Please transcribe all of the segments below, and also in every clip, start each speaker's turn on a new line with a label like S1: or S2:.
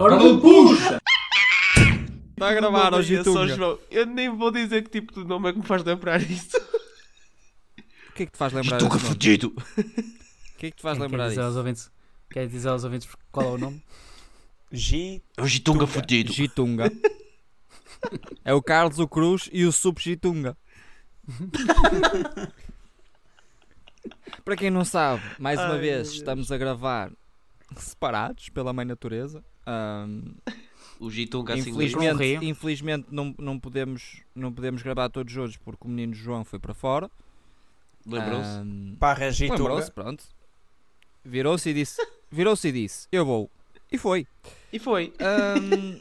S1: Então
S2: Orlando, puxa!
S3: Está Tá a gravar
S4: Mamãe,
S3: hoje,
S4: é só
S3: YouTube.
S4: João. Eu nem vou dizer que tipo de nome é que me faz lembrar isso.
S3: O que é que te faz lembrar
S4: Estou
S3: desse nome?
S4: fudido.
S3: O que é que te faz
S1: Quem
S3: lembrar
S1: quer dizer aos
S3: disso?
S1: ouvintes, quer dizer aos ouvintes qual é o nome?
S5: G.
S4: É o Gitunga fudido.
S3: Gitunga. é o Carlos, o Cruz e o Sup Gitunga. Para quem não sabe, mais uma
S4: Ai, meu
S3: vez
S4: Deus.
S3: estamos a gravar separados pela mãe natureza. Ahm,
S4: O Gitunga assim
S1: Por um rio.
S3: infelizmente infelizmente não, não, podemos, não podemos gravar todos juntos porque o menino João foi para fora.
S4: Lembrou-se?
S3: Ahm,
S5: Barra G.
S3: Lembrou-se, pronto. Virou-se e disse: Virou-se e disse, eu vou. E foi.
S4: E foi.
S3: Ahm,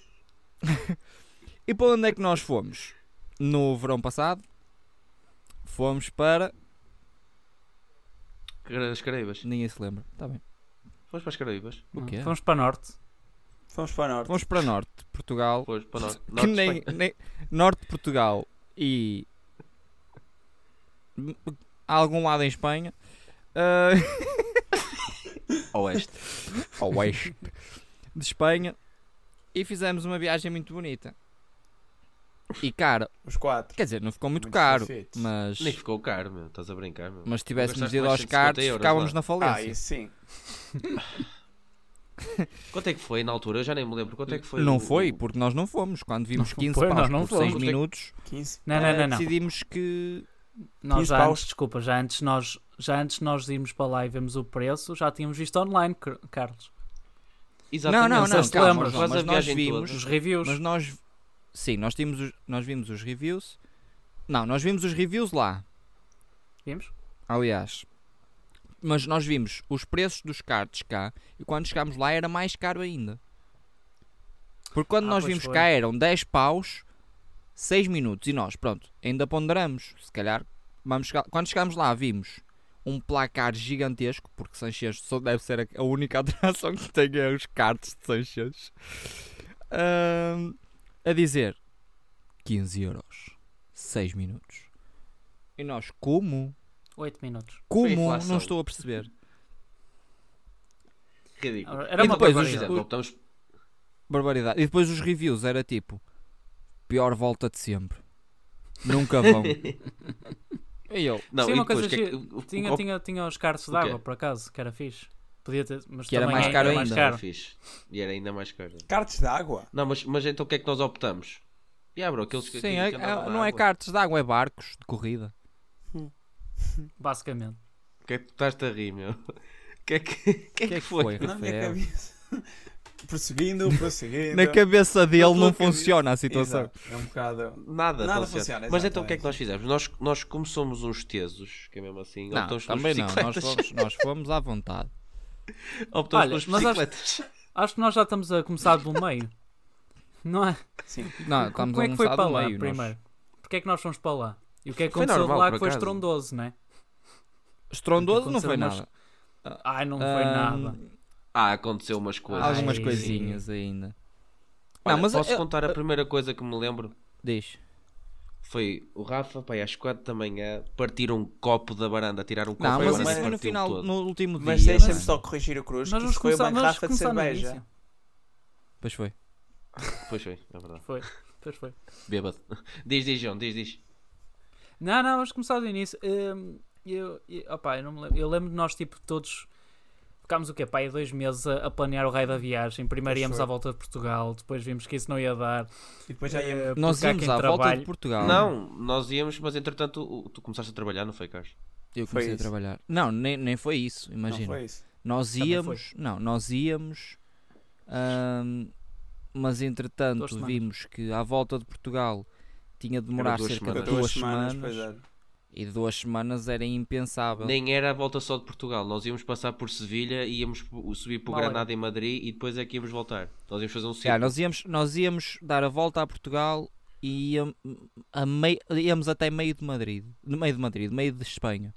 S3: e para onde é que nós fomos? No verão passado, fomos para.
S4: As Caraíbas.
S3: Ninguém se lembra. Tá bem.
S4: Fomos para as Caraíbas.
S1: Não,
S3: quê?
S1: Vamos para o norte.
S5: Fomos para o norte.
S3: Fomos para Norte, de Portugal.
S4: Depois para nós.
S3: que nem, nem- Norte de Portugal e. m- algum lado em Espanha. Ah,
S4: Oeste.
S3: ao oeste de Espanha e fizemos uma viagem muito bonita. E cara,
S5: Os quatro.
S3: quer dizer, não ficou muito,
S5: Muito
S3: caro,
S5: perfeitos.
S3: mas,
S4: Nem ficou caro, meu. Estás a brincar, meu.
S3: mas se tivéssemos
S4: gastaste
S3: ido
S4: mais
S3: aos
S4: 150
S3: cartos,
S4: euros
S3: ficávamos
S4: lá.
S3: na
S5: Ah,
S3: falência.
S5: isso
S1: assim.
S5: sim.
S4: Quanto é que foi na altura? Eu já nem me lembro. Quanto é que foi?
S3: não
S4: o-
S3: foi, porque nós não fomos. Quando vimos
S1: Não
S3: 15
S1: foi,
S3: paus
S1: nós não
S3: por 6
S4: fomos.
S3: minutos,
S5: 15.
S1: Não, não,
S3: eh,
S1: não, não.
S3: decidimos que.
S1: Nós
S5: 15
S1: já
S5: paus.
S1: antes, desculpa, já antes, nós, já antes nós irmos para lá e vemos o preço, já tínhamos visto online, Car- Carlos.
S4: Exatamente.
S3: Não, não,
S1: não,
S4: calma,
S1: lembras,
S4: faz
S3: mas
S4: a
S3: nós
S4: viagem
S3: vimos-
S4: toda.
S1: Os reviews.
S3: Mas nós. Sim, nós, tínhamos os- nós vimos os reviews. Não, nós vimos os reviews lá.
S1: Vimos?
S3: aliás. Mas nós vimos os preços dos cartes cá e quando chegámos lá era mais caro ainda. Porque quando
S1: Ah,
S3: nós
S1: pois
S3: vimos
S1: foi.
S3: cá eram 10 paus, 6 minutos e nós, pronto, ainda ponderamos. Se calhar, vamos chegar- quando chegámos lá vimos um placar gigantesco, porque Sanchez só deve ser a- a única atração que tem é os cartes de Sanchez. Ahm, a dizer 15 euros, 6 minutos. E nós, como?
S1: 8 minutos.
S4: Foi
S3: Como?
S4: inflação.
S3: Não estou a perceber.
S4: Ridículo.
S1: Era
S3: E depois
S1: uma
S3: os-
S4: Por
S1: barbaridade.
S4: exemplo, optamos
S3: Barbaridade. E depois os reviews era tipo: pior volta de sempre. Nunca vão. e eu,
S4: Não,
S1: Sim,
S4: e
S1: uma
S4: depois,
S1: coisa
S4: o que é que-
S1: gira.
S4: o- o-
S1: Tinha,
S4: o-
S1: tinha, tinha os cartos
S4: o quê?
S1: d'água, por acaso, que era fixe. Podia ter, mas
S3: Que era
S1: também
S3: mais
S1: é-
S3: caro
S1: era mais
S3: ainda.
S4: Era
S1: caro.
S4: fixe. E era ainda mais caro.
S5: Cartes de água.
S4: Não, mas, mas então o que é que nós optamos? E ah, bro, aqueles que
S3: sim,
S4: aqueles
S3: é-
S4: que
S3: é-
S4: andavam na
S3: não é
S4: água.
S3: cartas de água, é barcos de corrida.
S1: Basicamente.
S4: O que é que tu estás a rir, meu? O que é que, o que, é que, foi?
S5: Na minha
S3: Rafael?
S5: cabeça. Prosseguindo, prosseguindo.
S3: Na cabeça dele
S5: tua
S3: não
S5: cabeça.
S3: funciona a
S1: então,
S3: situação.
S5: Exato. É um bocado. Nada
S4: Nada, funciona.
S5: funciona,
S4: Mas
S5: exato,
S4: então o que é
S5: é
S4: que nós fizemos? Nós, nós como somos uns tesos, que é mesmo assim,
S3: Não,
S4: optamos
S3: também
S4: pelas
S3: não. Nós
S4: bicicletas.
S3: fomos, nós fomos à vontade.
S4: optamos
S1: Olha,
S4: pelas
S1: mas acho-
S4: bicicletas.
S1: Acho que nós já estamos a começar do meio. Não é?
S5: Sim.
S3: Não, estamos
S1: Como é
S3: a
S1: que foi
S3: almoçar
S1: para
S3: do
S1: lá,
S3: meio, nós-
S1: primeiro? Porquê é que nós fomos para lá? E o que é que
S4: Foi
S1: aconteceu de
S4: normal,
S1: lá
S4: por
S1: que foi
S4: acaso.
S1: estrondoso, né?
S3: Estrondoso não
S1: Aconteceram
S3: foi
S1: umas-
S3: nada.
S1: Ai, não foi
S3: Ahm,
S1: nada.
S4: Ah, aconteceu umas coisas.
S3: Algumas
S1: Ai.
S3: coisinhas ainda.
S4: Olha,
S3: não, mas
S4: posso
S3: eu-
S4: contar a primeira coisa que me lembro?
S3: Diz.
S4: Foi o Rafa, pai, às 4 da manhã, partir um copo da baranda, tirar um copo
S3: Não,
S4: da
S3: mas
S4: varanda
S3: isso
S4: e
S3: foi no
S4: partiu
S3: final,
S4: todo.
S3: no último dia. é?
S5: Mas deixa-me
S3: mano.
S5: só corrigir o Cruz. que
S1: Nós vamos
S5: isto foi
S1: começar,
S5: uma
S1: nós vamos
S5: garrafa de
S1: começar no
S5: cerveja.
S1: início.
S3: Pois foi.
S4: Pois foi, é verdade.
S1: Foi, pois foi.
S4: Bêbado. Diz, diz, João, diz, diz.
S1: Não, não, vamos começar do início. Hum, eu, eu, opá, eu não me lembro. Eu lembro de nós, tipo, todos ficámos o quê? Pá, aí dois meses a, a planear o raio da viagem. Primeiro
S5: Pois
S1: íamos
S5: foi.
S1: à volta de Portugal, depois vimos que isso não ia dar.
S5: E depois já ia.
S1: Eh,
S3: Nós
S1: porque há
S3: íamos
S1: quem
S3: à volta
S1: trabalhe.
S3: de Portugal.
S4: Não, nós íamos, mas entretanto o- tu começaste a trabalhar, não foi, Carlos?
S3: Eu
S5: Foi
S3: comecei a
S5: isso.
S3: trabalhar. Não, nem, nem foi isso,
S5: Não
S3: imagina.
S5: foi isso.
S3: Nós
S1: Também
S3: íamos, não, nós íamos, ahm, mas
S1: Duas
S3: entretanto
S1: semanas.
S3: vimos que à volta de Portugal tinha de demorar
S4: duas
S3: cerca
S4: semanas.
S3: de duas
S5: Duas
S3: semanas,
S5: semanas, pois é.
S3: e duas semanas era impensável.
S4: Nem era a volta só de Portugal. Nós íamos passar por Sevilha, íamos p- subir para o
S1: Málaga.
S4: Granada em Madrid e depois é que íamos voltar. Nós íamos fazer um ciclo.
S3: Já, nós, íamos, nós íamos dar a volta a Portugal e íam- a mei- íamos até meio de Madrid, no meio de Madrid, meio de Espanha.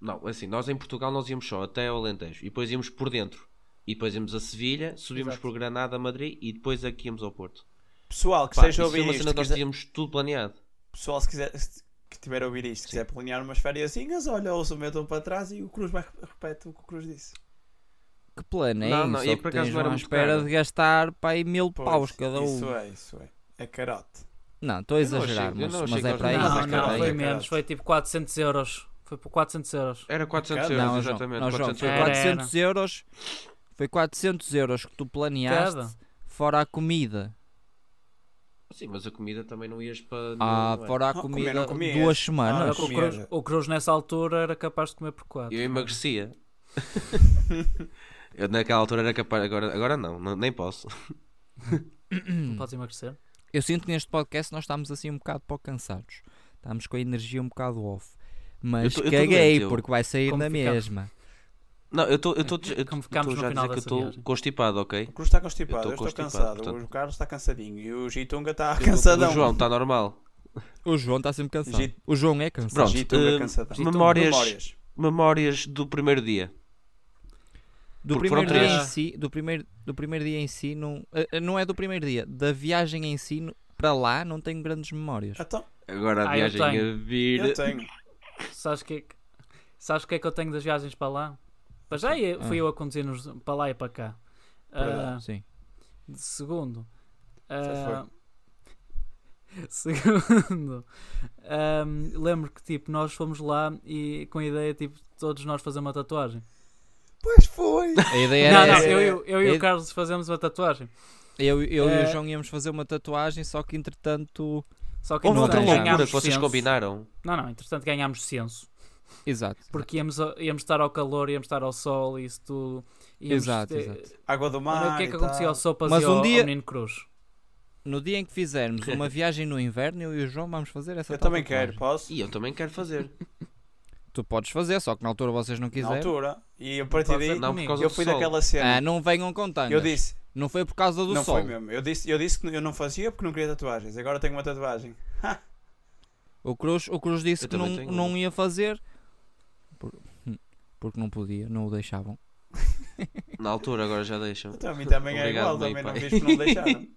S4: Não, assim, nós em Portugal nós íamos só até ao Alentejo e depois íamos por dentro. E depois íamos a Sevilha, subimos
S1: Exato.
S4: por Granada, Madrid e depois aqui íamos ao Porto.
S5: Pessoal que
S4: Pá,
S5: esteja
S4: isso
S5: a
S4: é
S5: ouvir
S4: uma
S5: isto,
S4: cena que
S5: que
S4: nós
S5: quiser-
S4: tínhamos tudo planeado.
S5: pessoal se quiser se- que tiver a ouvir isto, quiser planear umas fériasinhas, olha, ouçam, metam para trás e o Cruz vai repete o que o Cruz disse.
S3: Que plano é
S4: Não,
S3: isso?
S4: não, e
S3: Só
S4: por
S3: que
S4: acaso
S3: tens
S4: não era
S3: uma
S4: muito
S3: espera
S4: caro.
S3: de gastar para aí mil
S5: Pois,
S3: paus cada um.
S5: Isso é, isso é. É carote.
S3: Não, estou a
S4: Eu não
S3: exagerar,
S4: achei- eu
S3: mas,
S4: não
S3: mas
S4: achei
S3: é
S4: que
S3: para aí.
S4: eles
S3: é
S1: não,
S4: mais
S1: não,
S3: para
S5: caro.
S1: foi
S3: aí.
S1: menos. Foi tipo 400 euros. Foi por 400 euros.
S4: Era 400
S5: Cada?
S4: euros,
S3: Não, João,
S4: exatamente.
S3: não, João,
S4: 400
S3: foi
S1: Era,
S4: euros.
S3: 400 euros. Foi 400 euros que tu planeaste
S1: Cada?
S3: fora a comida.
S4: Sim, mas a comida também não ias para.
S3: Ah,
S4: não é?
S3: fora a
S5: Ah, comer
S3: comida
S5: não comias.
S3: duas
S5: Ah,
S1: Olha
S3: semanas.
S1: que o
S5: comia,
S1: Cruz-
S5: era.
S1: O Cruz nessa altura era capaz de comer por 4.
S4: Eu emagrecia. eu naquela altura era capaz. Agora, agora não, não- nem posso.
S1: Não podes emagrecer.
S4: Ah.
S3: Eu sinto que neste podcast nós estamos assim um bocado pouco cansados. Estamos com a energia um bocado off. Mas
S4: tô- eu tô
S3: caguei,
S4: doente, eu.
S3: porque vai sair
S1: Como
S3: na
S1: ficamos?
S3: mesma.
S4: Não, eu estou. Eu tô- eu tô-
S1: Como ficámos
S4: tô
S1: no
S4: já a
S1: final
S4: dizer que eu
S1: dessa viagem.
S4: estou constipado, ok?
S5: O Cruz está
S4: Eu
S5: constipado,
S4: tô
S5: eu estou
S4: constipado,
S5: cansado.
S4: portanto.
S5: O Carlos está cansadinho e o Gitunga está
S4: O
S5: cansadão.
S4: João está normal.
S3: O João está sempre cansado.
S5: Gi-
S3: O João é cansado.
S4: Pronto,
S5: Gitunga
S4: hum,
S5: cansadão.
S4: memórias- Memórias do primeiro dia.
S3: Do
S4: Porque
S3: primeiro
S4: foram
S3: dia
S1: três.
S3: em si, do primeiro, do primeiro dia em si, não, eh, eh, não é do primeiro dia, da viagem em si no- para lá não tenho grandes memórias.
S5: Então,
S4: Agora a
S1: Ah, eu
S4: viagem
S1: tenho.
S4: a vir.
S5: eu tenho.
S1: Sabes o que, é que- sabes o que é que eu tenho das viagens para lá? Para já eu- fui
S3: Ah.
S1: eu a conduzir-nos para lá e para cá.
S5: Verdade.
S1: Ah,
S3: Sim.
S1: de segundo.
S5: Já
S1: Ah, segundo. ahm, lembro que tipo, nós fomos lá e com a ideia tipo, de todos nós fazer uma tatuagem.
S5: Pois foi!
S3: A ideia
S4: É,
S1: não,
S3: era
S1: não,
S3: essa.
S1: eu, eu, eu e
S3: É-
S1: o Carlos fazemos uma tatuagem.
S3: Eu, eu e
S1: Eh,
S3: o João íamos fazer uma tatuagem, só que entretanto.
S1: Só que
S4: Houve
S3: Não
S4: outra
S1: entretanto,
S3: tenho.
S4: loucura
S1: ganhámos
S4: que vocês
S1: senso.
S4: combinaram.
S1: Não, não, entretanto ganhámos senso.
S3: Exato.
S1: Porque íamos, a- íamos estar ao calor, íamos estar ao sol e isso tudo. Íamos
S3: Exato,
S1: ter-
S3: exato.
S5: Água do
S1: Olha
S5: mar.
S1: o que é
S5: e
S1: que
S5: tal.
S1: aconteceu ao Sopas
S3: Mas
S1: e
S3: um
S1: ao, ao
S3: dia-
S1: Menino Cruz?
S3: No dia em que fizermos uma viagem no inverno, eu e o João vamos fazer essa
S5: Eu também
S3: tatuagem.
S5: quero, posso?
S4: E eu também quero fazer.
S3: Tu podes fazer, só que na altura vocês não
S5: Na
S3: quiseram.
S5: altura. E a partir daí,
S4: Não, por
S1: comigo.
S4: causa
S5: eu
S4: do
S5: fui
S4: sol.
S5: daquela
S3: Ah,
S5: cena.
S3: não venham com tangas.
S5: Eu disse,
S3: Não foi por causa do
S5: não
S3: sol.
S5: foi mesmo. Eu disse, eu disse que eu não fazia porque não queria tatuagens. Agora tenho uma tatuagem.
S3: O Cruz, o Cruz disse
S4: Eu
S3: que não,
S4: também tenho uma.
S3: não ia fazer por- hum, porque não podia, não o deixavam.
S4: Na altura, agora já deixam.
S5: Então a mim também é
S4: Obrigado,
S5: igual,
S4: mãe e
S5: também não
S4: pai.
S5: fiz porque não me deixaram.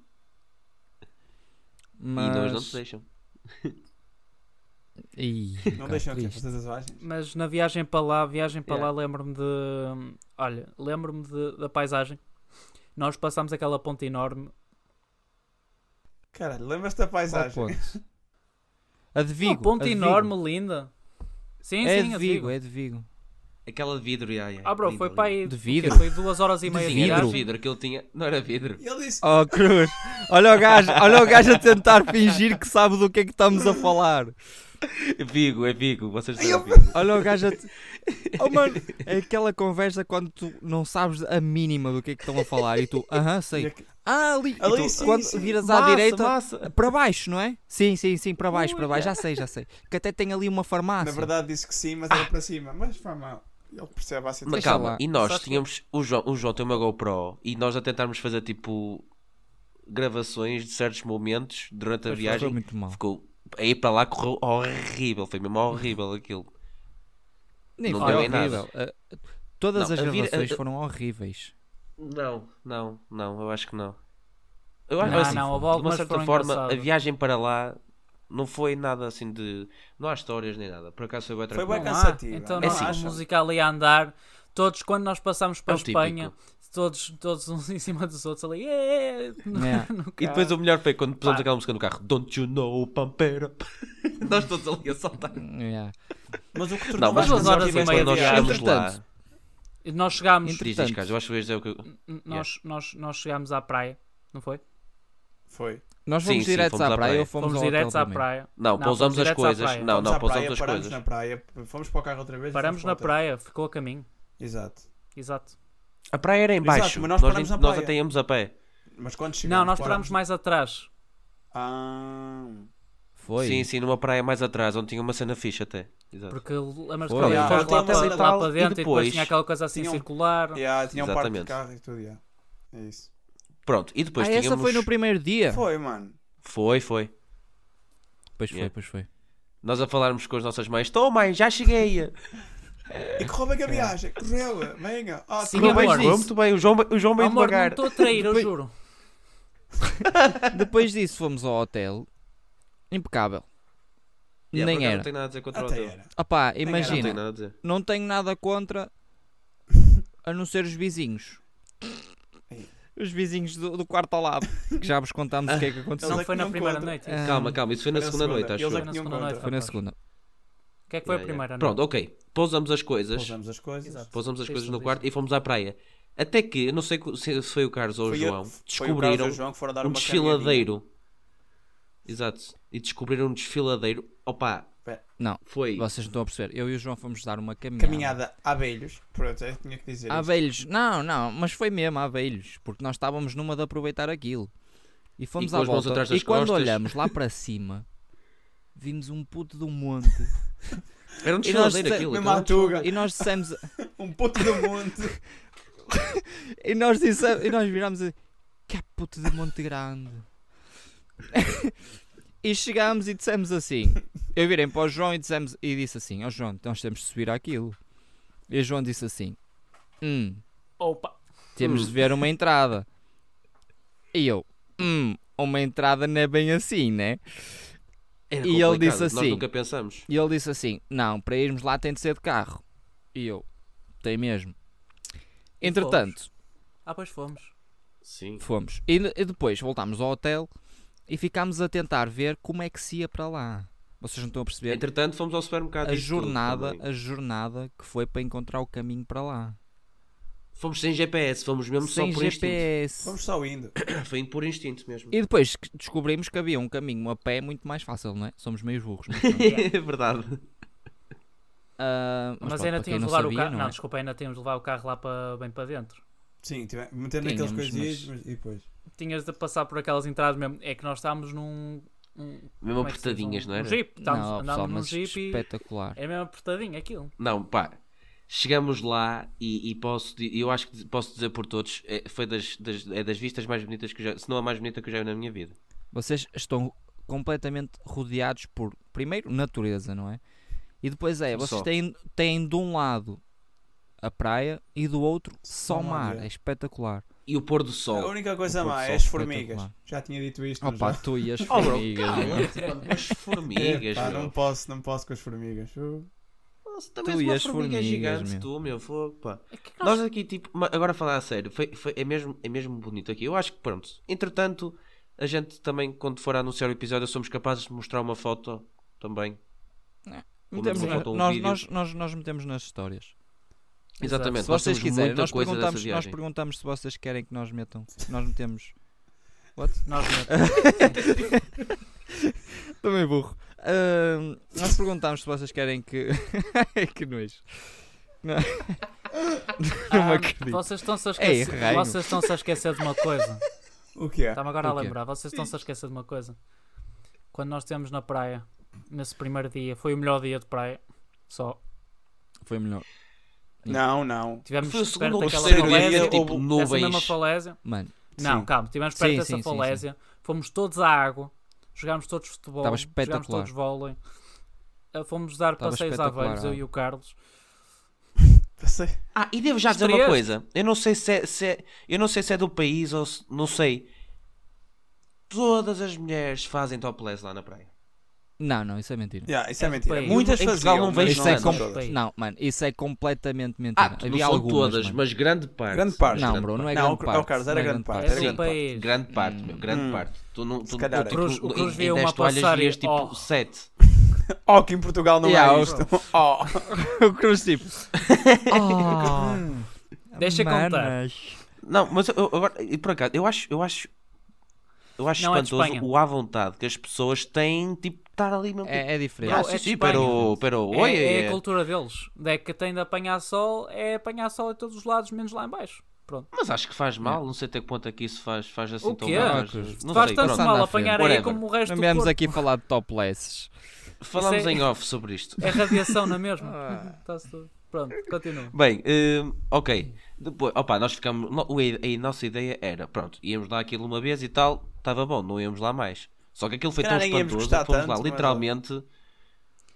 S3: Mas...
S4: E nós não te deixam.
S3: Ih,
S5: Não
S3: cara,
S5: deixam aqui
S3: triste.
S5: fazer tatuagens.
S1: Mas na viagem para lá, viagem para
S4: Yeah.
S1: lá, lembro-me de. Olha, lembro-me de- da paisagem. Nós passámos aquela ponte enorme.
S5: Caralho, lembras-te da
S3: Qual
S5: paisagem?
S3: ponto? A de Vigo.
S1: Uma ponte
S3: a de Vigo.
S1: enorme, linda. Sim,
S3: é
S1: sim,
S3: de
S1: a
S3: Vigo,
S1: Vigo.
S3: é de Vigo.
S4: Aquela de vidro, ia, ia.
S1: Ah, bro,
S4: Linda,
S1: foi
S4: linda.
S1: para aí.
S3: De
S1: o quê?
S3: vidro?
S1: Foi duas horas e
S3: De
S1: meia de
S3: vidro?
S4: Era
S1: viagem.
S4: vidro, aquilo tinha. Não era vidro.
S5: E ele disse,
S3: Oh, Cruz. Olha o gajo, olha o gajo a tentar fingir que sabe do que é que estamos a falar.
S4: Vigo, é Vigo, vocês
S5: Ai,
S4: disseram
S5: eu-
S4: Vigo.
S3: Olha o gajo a. te- Oh, mano, é aquela conversa quando tu não sabes a mínima do que é que estão a falar e tu, aham, sei. Ah, ali. E
S5: Ali,
S3: tu,
S5: sim,
S3: quando
S5: sim.
S3: viras à
S4: Massa,
S3: direita,
S4: massa.
S3: para baixo, não é? Sim, sim, sim, para baixo, para baixo. Já sei, já sei. Que até tem ali uma farmácia.
S1: Ah,
S5: na verdade disse que sim, mas era para cima. Mas foi mal. Ele percebe a
S4: Mas
S5: situação.
S3: Deixa
S4: calma,
S3: lá.
S4: e nós
S1: Sabes que-
S4: tínhamos. O João, o João tem uma GoPro e nós a tentarmos fazer tipo. gravações de certos momentos durante a
S3: Mas foi
S4: viagem.
S3: muito mal.
S4: Ficou. Aí para lá correu horrível, foi mesmo horrível aquilo.
S3: Nem
S4: Não
S3: foi
S4: deu em nada.
S3: horrível. Ah, todas
S4: Não,
S3: as
S4: a vir-
S3: gravações
S4: a- a-
S3: foram horríveis.
S4: Não, não, não, eu acho que não. Eu
S1: Não,
S4: acho assim,
S1: não, houve
S4: de uma
S1: algumas
S4: certa
S1: foram
S4: forma, a
S1: engraçadas.
S4: viagem para lá não foi nada assim de. Não há histórias nem nada. Por acaso foi bem
S5: Foi
S4: tranquilo.
S5: bem
S1: Não há.
S3: é.
S5: cansativo.
S1: Então
S5: não
S1: nós
S5: acham?
S1: tínhamos música ali a andar. Todos, quando nós passámos
S3: um
S1: para
S4: É
S1: a
S4: o típico.
S1: Espanha, todos, todos uns em cima dos outros ali. "Yeah", no-
S3: Yeah.
S1: no
S4: E depois
S1: carro.
S4: o melhor foi quando pusemos
S1: Pá.
S4: aquela música no carro. Don't you know, Pampera? Nós todos ali a saltar.
S3: Yeah.
S5: Mas o que tu
S4: Não, mas
S1: duas
S4: já
S1: horas e
S4: tiveste
S1: meia
S4: quando nós
S1: de viagem.
S4: chegamos lá.
S3: Entretanto,
S1: E Nós chegámos,
S3: Entre-
S4: Diz, diz, Carlos, eu acho que isto é o que. eu-
S3: Então-
S1: n- nós, nós, nós chegámos à praia, não foi?
S5: Foi.
S3: Nós
S4: Sim,
S3: fomos
S4: sim,
S3: diretos
S4: fomos
S3: à
S4: à
S3: praia
S4: praia.
S3: ou fomos,
S1: Fomos,
S3: ao hotel
S1: diretos à
S3: primeiro?
S1: praia.
S4: Não,
S1: Não,
S4: pousamos
S1: fomos
S4: as
S1: diretos à
S4: coisas.
S1: praia.
S4: Não,
S5: Fomos
S4: não,
S5: à
S4: pousamos
S5: praia,
S4: as
S5: paramos
S4: coisas.
S5: na praia, fomos para o carro outra vez. e
S1: Paramos
S5: fomos
S1: na
S5: para o hotel.
S1: praia, ficou a caminho.
S5: Exato.
S1: Exato.
S4: A praia era em
S5: Exato,
S4: baixo.
S5: mas nós
S4: nós nem-
S5: paramos
S4: nós,
S5: na praia.
S4: até íamos a pé.
S5: Mas quando chegamos...
S1: Não, nós parámos mais atrás.
S5: Ah...
S3: Foi.
S4: Sim, sim, numa praia mais atrás, onde tinha uma cena fixe até. Exato.
S1: Porque lembras-te
S3: Foi.
S1: que
S5: Yeah.
S1: fomos lá,
S5: Foi até
S1: para,
S5: e
S1: lá
S4: tal,
S1: para
S4: e
S1: dentro e depois
S4: depois
S1: tinha aquela coisa assim
S5: tinha um-
S1: circular.
S5: Yeah, tinha um parque de
S4: Exatamente.
S5: carro e tudo, yeah. É isso.
S4: Pronto, e depois
S3: ah,
S4: tínhamos.
S3: essa foi no primeiro
S1: É.
S3: dia?
S5: Foi, mano.
S4: Foi, foi.
S3: Pois foi,
S4: Yeah.
S3: pois foi.
S4: Nós a falarmos com as nossas mães. Estou, mãe, já cheguei.
S5: E correu bem que a viagem. Correu, venha. Ah,
S1: É. Sim, é
S5: correu
S1: amor.
S5: bem.
S4: Mas
S1: Isso.
S4: muito bem, o João, o João
S1: Oh,
S4: meio
S1: amor, não
S4: devagar.
S1: estou a trair, eu
S3: Depois-
S1: juro.
S3: Depois disso fomos ao hotel. Impecável.
S4: Yeah, por
S3: Nem
S4: acaso
S3: era.
S4: Não tenho nada a dizer contra o
S5: Até
S4: hotel.
S5: era.
S3: Opá,
S5: era.
S4: Não tenho
S3: imagina,
S4: nada a dizer.
S3: não tenho nada contra a não ser os vizinhos.
S5: Ei.
S3: Os vizinhos do, do quarto ao lado, que já vos contámos o que é que aconteceu.
S5: Eles
S1: Não
S5: é
S1: foi
S5: que
S1: na
S5: não
S1: primeira
S5: contam.
S1: noite.
S3: Ah,
S4: Calma, calma, isso foi na
S5: Foi na
S4: segunda noite,
S5: segunda. Eles
S4: acho eu.
S5: é
S1: Foi na
S5: tinham
S1: segunda
S5: conta.
S1: noite.
S3: Foi na
S1: rapaz.
S3: segunda.
S1: O que é que
S4: Yeah,
S1: foi a
S4: yeah.
S1: primeira noite?
S4: Pronto, ok. Pousamos as coisas.
S5: Pousamos as coisas.
S1: Exato.
S4: Pousamos as
S1: Isso,
S4: coisas no
S1: isso.
S4: quarto e fomos à praia. Até que, eu não sei co- se foi o Carlos ou o
S5: Foi eu-
S4: João,
S5: foi o Carlos e
S4: descobriram
S5: o João que foram dar
S4: um
S5: uma caminhadinha.
S4: desfiladeiro. Exato. E descobriram um desfiladeiro. Opa,
S5: Pera,
S3: Não,
S4: foi.
S3: vocês não estão a perceber. Eu e o João fomos dar uma caminhada.
S5: Caminhada a abelhos. Pronto, eu tinha que dizer.
S3: A
S5: isto.
S3: abelhos. Não, não, mas foi mesmo a abelhos. Porque nós estávamos numa de aproveitar aquilo. E fomos
S4: com
S3: à
S4: as mãos
S3: volta.
S4: atrás das
S3: e quando
S4: costas.
S3: olhamos lá para cima, vimos um puto de um monte.
S4: Era
S3: E
S4: um
S3: nós
S4: desfiladeiro
S3: disse-
S4: aquilo.
S5: Mesmo
S4: aquilo.
S5: à tuga.
S3: e nós dissemos.
S5: Um puto do monte.
S3: E nós dissemos, e nós virámos a que é puto de Monte Grande. e chegámos e dissemos assim. Eu virei para o João e, dissemos, e disse assim: Ó João, nós temos de subir àquilo. E o João disse assim: Hum,
S1: Opa!
S3: temos
S4: Hum.
S3: de ver uma entrada. E eu: Hum, uma entrada não é bem assim, né?
S4: Era
S3: E ele
S4: complicado,
S3: disse
S4: Nós
S3: assim.
S4: nunca pensamos.
S3: E ele disse assim: Não, para irmos lá tem de ser de carro. E eu: Tem mesmo.
S1: E
S3: Entretanto,
S1: Ah, pois fomos.
S4: Sim.
S3: Fomos. E, e depois voltámos ao hotel e ficámos a tentar ver como é que se ia para lá. Vocês não estão a perceber
S4: Entretanto, fomos ao supermercado.
S3: a
S4: e Então, tudo
S3: jornada,
S4: também.
S3: a jornada que foi para encontrar o caminho para lá.
S4: Fomos sem GPS, fomos mesmo
S3: Sem
S4: só por
S3: GPS.
S5: Vamos só indo.
S4: instinto. Foi por instinto mesmo.
S3: E depois que- descobrimos que havia um caminho a pé muito mais fácil, não é? Somos meio burros. Mas,
S4: É verdade.
S3: Ah, mas
S1: Mas,
S3: pronto,
S1: ainda
S3: para quem
S1: tínhamos de
S3: não
S1: levar
S3: sabia,
S1: o carro. Não,
S3: Não, é?
S1: desculpa, ainda tínhamos de levar o carro lá para, bem para dentro.
S5: Sim, tive- metendo aqueles
S3: Tínhamos,
S5: coisinhas mas- e depois.
S1: Tinhas de passar por aquelas entradas mesmo. É que nós estávamos num. Um,
S4: Mesmo
S1: como é que se diz?
S4: apertadinhas,
S1: Um-
S4: não era?
S1: Um jeep. Estávamos,
S3: Não, pessoal,
S1: andámos num
S3: mas
S1: jeep e.
S3: espetacular.
S1: É mesmo apertadinho aquilo.
S4: Não, pá. Chegamos lá e, e posso, di- eu acho que posso dizer por todos, é, foi das, das- é das vistas mais bonitas que eu já, se não a mais bonita que eu já vi na minha vida.
S3: Vocês estão completamente rodeados por, primeiro, natureza, não é? E depois é, vocês
S4: Só.
S3: têm, têm de um lado a praia e do outro só
S5: Só
S3: mar.
S5: mar, é.
S3: É espetacular.
S4: E o pôr do
S5: A
S4: sol.
S5: única coisa
S3: pôr do
S5: má
S3: sol
S5: é as
S3: espetacular.
S5: formigas. Já tinha dito isto. no
S3: Opa,
S5: jogo.
S3: tu e as
S4: Oh, bro,
S3: formigas. é? meu.
S4: cala-te, mano, tipo, as formigas,
S5: Epá,
S4: meu.
S5: não posso, não posso com as formigas. Uh,
S4: Nossa, também
S3: Tu
S4: és
S3: e
S4: uma
S3: as
S4: formiga
S3: formigas,
S4: gigante,
S3: meu.
S4: tu, meu fogo, pá.
S1: que
S4: Nós aqui, tipo, ma- agora a falar a sério, foi, foi- é, mesmo, é mesmo bonito aqui. Eu acho que, pronto, entretanto, a gente também, quando for anunciar o episódio, somos capazes de mostrar uma foto também.
S3: Metemos
S4: Pelo menos
S3: na-
S4: falta um
S3: nós,
S4: vídeo.
S3: nós, nós, nós metemos nas histórias.
S4: Exatamente,
S3: Se vocês
S4: temos
S3: quiserem,
S4: muita
S3: nós
S4: coisa dessa
S3: perguntamos, nós
S4: viagem.
S3: perguntamos se vocês querem que nós metam. Nós metemos.
S1: Nós
S3: Também burro. Ahm, nós perguntamos se vocês querem que. que nojo. Não, não
S1: Ah,
S3: acredito. É
S1: Vocês estão-se a
S3: Ei,
S1: esquecer.
S3: reino.
S1: vocês estão-se a esquecer de uma coisa.
S5: o que é?
S1: Estava agora a
S3: O quê?
S1: lembrar. Vocês estão-se a esquecer de uma coisa. Quando nós estivemos na praia, nesse primeiro dia, foi o melhor dia de praia. Só.
S3: Foi melhor.
S5: Não, não.
S1: Tivemos
S4: Foi o
S1: perto
S4: segundo ou
S1: daquela
S4: terceiro
S5: daquela
S4: dia,
S5: falésia,
S4: tipo,
S5: houve-
S1: Essa mesma
S4: nuvens.
S1: falésia.
S3: Mano,
S1: Não,
S5: Sim.
S1: calma, estivemos perto
S3: Sim,
S1: dessa
S3: sim, sim,
S1: falésia. Fomos todos à água, jogámos todos futebol,
S3: Tava
S1: jogámos
S3: espetacular.
S1: todos vôlei. Ah, Fomos dar
S3: Tava
S1: passeios à
S3: espetacular,
S1: Velhos, eu
S3: ah.
S1: e o Carlos.
S5: Passei.
S4: Ah, e devo já dizer uma
S1: Estreaste.
S4: coisa. Eu não sei se é, se é- eu não sei se é do país ou se, não sei. Todas as mulheres fazem topless lá na praia.
S3: Não, não, isso é mentira.
S5: Yeah, isso é,
S1: É
S5: mentira.
S1: país.
S5: Muitas
S4: Em Portugal
S5: faziam,
S4: não
S5: mas
S4: vejo
S3: Isso é
S5: não são
S4: tantas.
S5: todas.
S1: Bem,
S3: Não, mano, isso é completamente mentira.
S4: Ah,
S3: Havia
S4: não são
S3: algumas,
S4: todas,
S3: mano.
S4: mas grande parte.
S5: Grande parte.
S3: Não,
S4: Grande
S3: bro, não é
S5: Não,
S3: grande
S5: o
S3: parte.
S5: Carlos,
S3: não
S5: era
S3: é
S5: grande parte,
S1: é
S5: era
S1: do
S5: grande parte.
S1: país.
S4: Grande parte, meu, grande
S5: Hum.
S4: parte. Tu não, tu, tipo,
S5: Se calhar.
S4: tu,
S5: O
S4: tu,
S1: Cruz- o
S4: em-
S1: Cruz
S4: em
S1: viu
S4: 10
S1: uma
S4: toalhas
S1: passar e-
S4: vias, tipo
S1: Oh.
S4: 7.
S5: Oh, que em Portugal não
S3: Yeah,
S5: há
S3: o-
S5: isto. Oh.
S3: o Cruz tipo. Oh,
S1: Deixa
S3: manas.
S1: contar.
S4: Não, mas eu, eu agora, e por acaso, eu acho, eu acho, eu acho
S1: Não é de
S4: espantoso
S1: Espanha.
S4: o à vontade que as pessoas têm, tipo, estar ali mesmo. tipo,
S3: É, é diferente.
S1: Não,
S4: "Ah,
S1: é
S4: sim,
S1: de
S4: sim,
S1: Espanha.
S4: pero, pero,
S1: É,
S4: oye,
S1: é
S4: eh,
S1: a cultura deles. É que tem de apanhar sol, é apanhar sol em todos os lados, menos lá em baixo. Pronto.
S4: Mas acho que faz mal, não sei até que ponto é que isso faz, faz assim
S1: O
S4: tão
S1: quê? Ah,
S4: mal. Não
S1: Faz
S4: sei,
S1: tanto
S4: pronto.
S3: Passando
S1: mal
S3: à
S1: apanhar
S4: frente.
S1: aí como o resto
S3: Não
S1: do
S3: viemos
S1: corpo.
S3: aqui falar de toplesses.
S4: Falamos
S1: Isso é-
S4: em off sobre isto.
S1: É radiação, não é mesmo? Está-se tudo. Pronto, continua.
S4: Bem, hum, ok. Depois, opa, nós ficamos. no- o- A, a nossa ideia era, pronto, íamos lá aquilo uma vez e tal, estava bom, não íamos lá mais. Só que aquilo foi
S5: Se
S4: tão
S5: calhar nem íamos
S4: espantoso,
S5: gostar
S4: fomos
S5: tanto,
S4: lá
S5: mas-
S4: literalmente.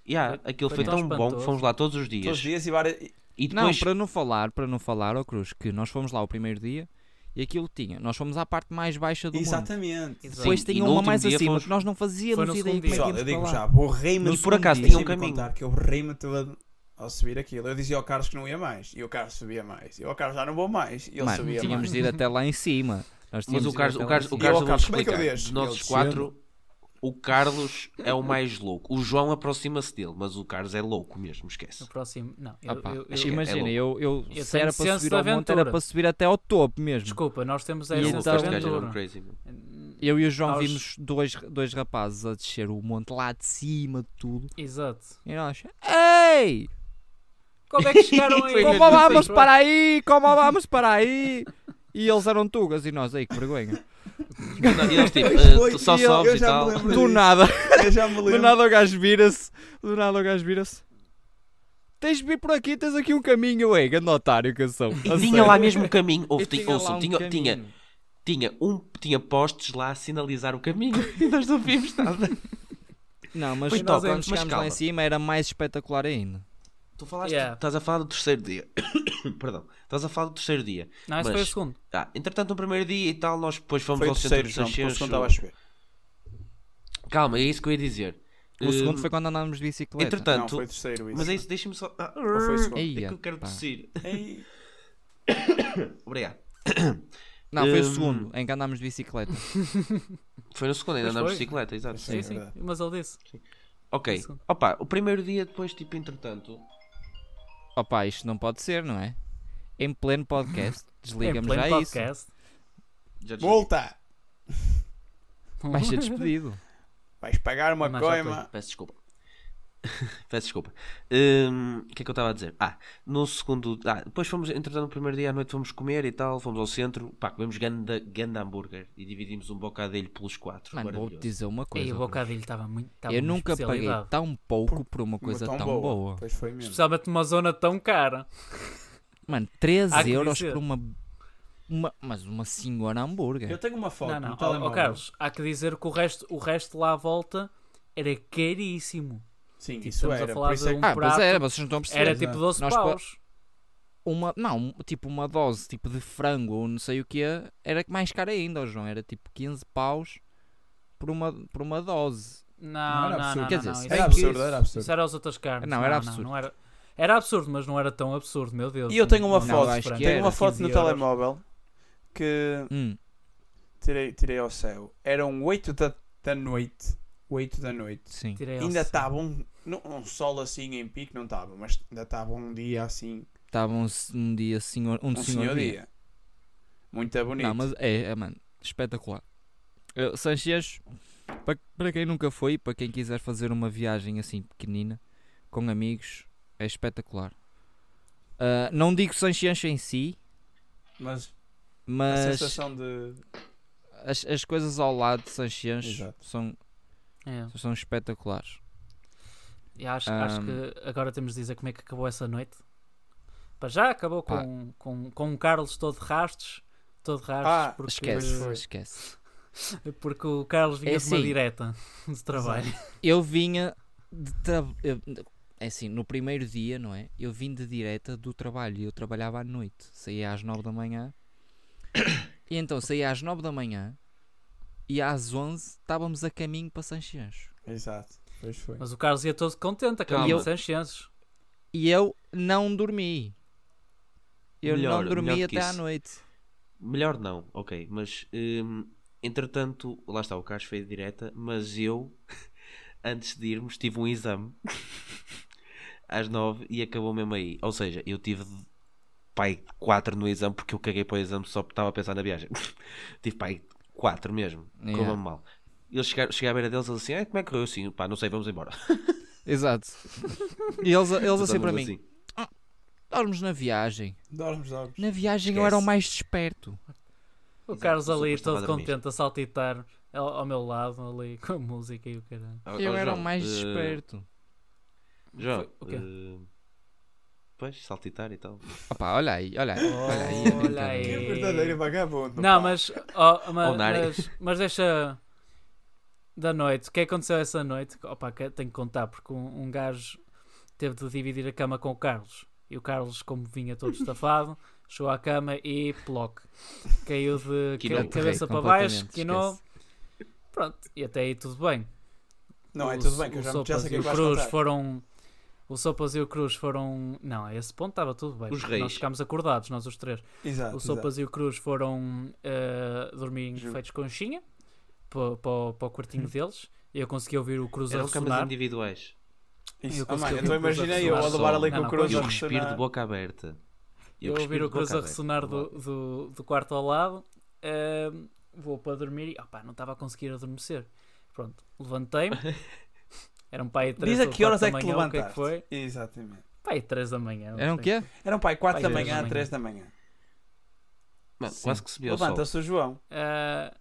S4: Yeah, aquilo
S1: foi
S4: foi,
S1: tão
S4: tão bom que
S1: espantoso.
S4: fomos lá todos os dias.
S5: Todos os dias e várias.
S4: E
S3: Não,
S4: depois,
S3: para não falar, para não falar, ó Cruz, que nós fomos lá o primeiro dia e aquilo tinha. Nós fomos à parte mais baixa do mundo.
S5: Exatamente.
S1: Exato.
S3: Depois
S4: Sim, e
S3: tinha
S4: no
S3: uma
S4: último
S3: mais
S4: dia
S3: acima
S4: fomos-
S3: que nós não
S1: Foi
S3: fazíamos
S1: no
S3: ideia
S1: segundo
S3: como é que
S5: Pessoal,
S3: íamos
S5: eu digo
S3: para lá.
S5: já, borrei-me
S4: Mas
S5: no
S4: por acaso
S5: segundo
S4: tinha um
S5: dia. Deixa-me
S4: caminho.
S5: contar que eu borrei-me toda. ao subir aquilo. Eu dizia ao Carlos que não ia mais. E o Carlos subia mais. E eu ao Carlos já não vou mais. E ele
S3: Mano,
S5: subia
S3: tínhamos
S5: mais.
S3: de ir até lá em cima. Nós
S4: Mas
S3: tínhamos
S4: o
S3: de ir
S4: Carlos,
S3: até
S4: o
S3: lá
S4: Carlos,
S3: em
S4: o
S3: cima.
S5: E eu
S4: Carlos,
S5: ao
S4: eu vou-te
S5: Carlos, como é que eu
S4: explicar.
S5: deixo?
S4: De nós
S5: Ele
S4: os quatro, o Carlos é o mais louco. O João aproxima-se dele, mas o Carlos é louco mesmo, esquece.
S1: No próximo. Não, eu,
S3: Opa,
S1: eu- eu-
S4: achei-
S3: Imagina,
S4: é
S3: eu, eu,
S1: Eu
S3: se
S1: tenho
S3: era para
S1: senso
S3: subir
S1: de
S3: ao monte,
S1: aventura.
S3: era para subir até ao topo mesmo.
S1: Desculpa, nós temos a
S3: E
S4: Louco,
S1: essência
S3: então-
S4: este
S1: da
S4: gajo era um
S1: é aventura.
S4: crazy, meu.
S3: Eu e o João
S1: Aos-
S3: vimos dois, dois rapazes a descer o monte lá de cima de tudo.
S1: Exato.
S3: E nós, ei!
S1: Como é que chegaram aí?
S4: Foi
S3: Como
S4: mesmo
S3: vamos
S1: Sim,
S3: para aí? Como vamos para aí? E eles eram tugas e nós, aí que vergonha.
S4: Não, e eles tipo,
S5: Pois
S4: eh,
S5: foi,
S4: tu só
S5: e eu- eu
S4: sobes e
S5: já me
S4: tal.
S5: lembro.
S3: Do nada,
S5: Eu já me
S3: do
S5: lembro.
S3: nada o gajo vira-se. Do nada o gajo vira-se. Tens de vir por aqui, tens aqui um caminho, ei, grande otário que eu sou.
S4: E
S3: A
S4: tinha
S3: sério.
S4: lá mesmo o caminho. Ouve,
S3: Eu
S4: ti-
S3: tinha lá
S4: ouçam,
S3: um
S4: tinha, tinha,
S3: caminho.
S4: tinha, um, tinha postes lá a sinalizar o caminho e nós não vimos nada.
S3: Não, mas
S4: Pois
S3: nós,
S4: top,
S3: quando
S4: mas
S3: chegámos lá
S4: calma.
S3: em cima era mais espetacular ainda.
S4: Tu falaste,
S1: Yeah.
S4: estás a falar do terceiro dia. Perdão, estás a falar do terceiro dia.
S1: Não, esse
S4: Mas-
S1: foi o segundo.
S4: Ah, entretanto, no primeiro dia e tal, nós depois fomos
S5: Foi o
S4: ao centro
S5: terceiro,
S4: de
S5: João, porque o
S4: Seixas.
S5: segundo estava a chover.
S4: Calma, é isso que eu ia dizer.
S3: O segundo
S4: Hum,
S3: foi quando andámos de bicicleta.
S5: Não,
S4: Entretanto,
S5: foi o terceiro isso.
S4: mas é isso, deixa-me só. Ah,
S5: foi o segundo?
S4: é
S3: Eia,
S4: que eu quero
S3: pá.
S4: tossir.
S5: Ei,
S4: Obrigado.
S3: Não, foi o
S4: Hum.
S3: segundo em que andámos de bicicleta.
S4: Foi no segundo, ainda andámos
S1: Pois
S4: de
S1: foi.
S4: bicicleta, exato.
S5: Sim,
S1: Sim, sim.
S5: verdade.
S1: Mas ele disse.
S4: Ok,
S1: Isso.
S4: opa, o primeiro dia depois, tipo, entretanto.
S3: Opa, isto não pode ser, não é? Em pleno podcast,
S1: em
S3: desligamos
S1: É pleno
S3: já isso.
S1: podcast.
S4: Já desliguei.
S5: Volta!
S3: Vai ser despedido.
S5: Vais pagar uma
S1: Mas já
S5: coima.
S4: Peço desculpa. Peço desculpa. Hum, O que é que eu estava a dizer? Ah, no segundo. Ah, depois fomos, entretanto, no primeiro dia à noite fomos comer e tal, fomos ao centro, pá, comemos ganda, ganda hambúrguer e dividimos um bocadilho pelos quatro.
S3: Mano, vou-te
S4: Maravilhoso.
S3: dizer uma coisa.
S1: E o
S3: Bruno.
S1: bocadilho estava muito. estava
S3: Eu
S1: uma
S3: nunca paguei Tá.
S1: especialidade.
S3: tão pouco por uma coisa tão, boa.
S5: Pois foi mesmo.
S1: Especialmente numa zona tão cara.
S3: Mano, 3
S1: Há que
S3: euros
S1: dizer.
S3: por uma, uma. Mas uma senhora hambúrguer.
S5: Eu tenho uma foto
S1: não, não.
S5: no
S1: Ó- ó,
S5: telemóvel.
S1: Carlos, há que dizer que o resto, o resto lá à volta era caríssimo.
S5: Sim, isso
S1: estamos a
S5: era.
S1: falar
S5: Por isso é
S1: de
S5: que...
S1: um-
S3: Ah, pois
S1: prato
S3: era, vocês não estão a perceber.
S1: Era
S5: exato.
S1: tipo 12
S3: Nós pa-
S1: paus.
S3: Uma, não, um- tipo uma dose tipo de frango ou não sei o que era mais cara ainda, ó João. Era tipo 15 paus por uma, por uma dose.
S5: Não,
S1: Não,
S5: era
S1: não, não.
S5: absurdo.
S1: não,
S3: Quer dizer,
S1: não,
S3: se
S1: isso-
S5: Era absurdo, era
S1: Isso
S5: absurdo.
S1: era aos outras carnes.
S3: Não, era absurdo.
S1: era... era absurdo, mas não era tão absurdo, meu Deus.
S5: E eu tenho uma
S1: Não,
S5: foto,
S1: acho que
S5: tenho
S1: era.
S5: uma foto
S1: 15
S5: no
S1: euros.
S5: telemóvel que
S3: Hum.
S5: tirei, tirei ao céu. Eram 8 da, da noite. 8 da noite.
S3: Sim.
S1: Tirei É ao
S5: ainda
S1: céu.
S5: estava um, não- um sol assim em pico, não estava, mas ainda estava um dia assim.
S3: Estava um, se- um dia senhor, um,
S5: Um,
S3: de
S5: senhor, dia. Muito bonito.
S3: Não, mas é, é, mano, espetacular. Eh, Sanchez, pa- para quem nunca foi, para quem quiser fazer uma viagem assim pequenina, com amigos, é espetacular. Ah, não digo Sanchez em si,
S5: Mas a
S3: mas
S5: sensação de.
S3: as, as coisas ao lado de Sanchez
S5: Exato.
S3: são,
S1: É.
S3: são espetaculares.
S1: E acho, acho
S3: Ahm.
S1: que agora temos de dizer como é que acabou essa noite. Para já acabou com, com, com o Carlos todo de rastos. Todo de rastos.
S5: Ah,
S1: porque,
S3: Esquece, esquece.
S1: Porque o Carlos vinha
S3: É
S1: de uma
S3: assim.
S1: direta de trabalho.
S3: Eu vinha de tra... eu- é assim, no primeiro dia, não é? Eu vim de direta do trabalho e eu trabalhava à noite, saía às 9 da manhã. E então saía às 9 da manhã e às 11 estávamos a caminho para Sanchiancho.
S5: Exato. Pois foi.
S1: Mas o Carlos ia todo contente,
S4: E
S1: acabou
S4: eu-
S1: sem chances.
S3: E eu não dormi. Eu
S4: Melhor-
S3: não dormi
S4: melhor do que
S3: até à
S4: isso.
S3: noite.
S4: Melhor não, ok, mas hum, entretanto, lá está, o Carlos foi direta, mas eu, antes de irmos, tive um exame às nove e acabou mesmo aí. Ou seja, eu tive pai quatro no exame porque eu caguei para o exame só porque estava a pensar na viagem. tive pai quatro mesmo,
S3: Yeah.
S4: como mal. Eles chegaram, cheguei à beira deles e eles assim, ah, como é que correu assim? Pá, não sei, vamos embora.
S3: Exato. E eles, eles assim
S4: Estávamos
S3: para mim: dormos na viagem.
S5: Dormes, dormes.
S3: Na viagem eu era o
S4: Esquece.
S3: mais desperto.
S1: O
S4: Exato,
S1: Carlos
S4: eu sou
S1: ali
S4: posto a
S1: todo
S4: falar dormir.
S1: contente a saltitar ao, ao meu lado, ali com a música e o caralho.
S4: Ó- ó,
S3: Eu era o
S4: João,
S3: mais
S4: eh,
S3: desperto.
S4: João,
S1: o quê?
S4: eh, pois, saltitar e tal.
S3: Opa, olha aí, olha aí. Olha aí,
S1: Olha
S3: então.
S1: aí.
S5: Que verdadeiro vagabundo.
S1: É. Não,
S5: pá.
S1: mas, oh, ma-
S4: Oh, Nari.
S1: mas, mas deixa da noite. O que aconteceu essa noite? Opa, que- tenho que contar, porque um, um gajo teve de dividir a cama com o Carlos. E o Carlos, como vinha todo estafado, chegou à cama e ploc. Caiu de
S4: Quinou.
S1: ca- cabeça
S3: Ok,
S1: para baixo,
S3: completamente,
S1: quinou. Pronto, e até aí tudo bem.
S5: Não, é
S1: O
S5: tudo
S1: so-
S5: é bem, que eu
S1: o
S5: já, me- já
S1: Sopas
S5: sei o que
S1: e
S5: é
S1: o
S5: que vais
S1: Cruz
S5: contar.
S1: foram O Sopas e o Cruz foram. Não, a esse ponto estava tudo bem.
S4: Os
S1: porque Nós
S4: reis.
S1: ficámos acordados, nós os três.
S5: Ah, Exato.
S1: o
S5: exato.
S1: Sopas e o Cruz foram eh, dormir
S5: Ju-
S1: feitos conchinha para, para, o quartinho deles. Eu consegui ouvir o Cruz a
S4: Eram camas
S1: ressonar.
S4: individuais.
S5: Isso.
S1: Eu
S5: Ah, mano,
S1: consegui
S5: então
S1: ouvir o Cruz a
S5: imagina eu a
S1: ressonar.
S5: levar ali
S1: Não,
S5: com
S1: não,
S5: o
S1: pois
S5: Cruz
S4: E
S5: a
S4: eu
S1: não. é?
S4: respiro de
S5: ressonar.
S4: boca aberta.
S1: Eu ouvir
S4: respiro
S1: o
S4: de boca
S1: Cruz a
S4: aberta.
S1: ressonar do,
S4: Vá lá.
S1: do, do quarto ao lado, ahm, vou para dormir e opá, não estava a conseguir adormecer. Pronto, levantei-me. Era um pai de 3
S5: Diz a que horas é
S1: da
S5: que te
S1: manhã, o que é
S5: levantaste?
S1: que foi?
S5: Exatamente.
S1: Pai de 3 da manhã. não
S3: Era um
S1: sei.
S3: quê?
S5: Eram pai 4
S1: Pai,
S5: da
S1: três da
S5: manhã,
S1: manhã.
S5: 3 da manhã.
S4: Mano,
S3: Sim.
S4: quase que subiu ao sol.
S5: Levanta-se o João.
S1: Ah,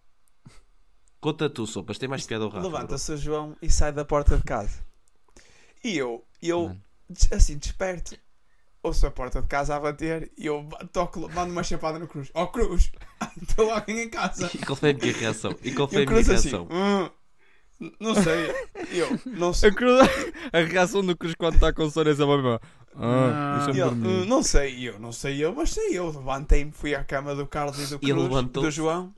S4: Conta tu, sopas, tem mais piada ao rato.
S5: Levanta-se o João e sai da porta de casa. E eu, eu
S3: Mano.
S5: des- assim, desperto, ouço a porta de casa a bater e eu ba- toco, mando uma chapada no Cruz. Ó Cruz, estou alguém em casa.
S4: E qual foi a minha reação? E qual
S5: E
S4: foi
S5: o
S4: a minha
S5: Cruz assim,
S4: reação?
S5: hum, não sei. E eu, não sei.
S3: A, cruz... a reação do Cruz quando está com sono é sempre a mesma. Ah,
S1: Ah.
S5: E
S3: deixa-me
S5: ele,
S3: dormir.
S5: "Hum, não sei eu, não sei eu, mas sei eu. Levantei-me, fui à cama do Carlos e do
S4: Ele
S5: Cruz,
S4: levantou-se.
S5: do João.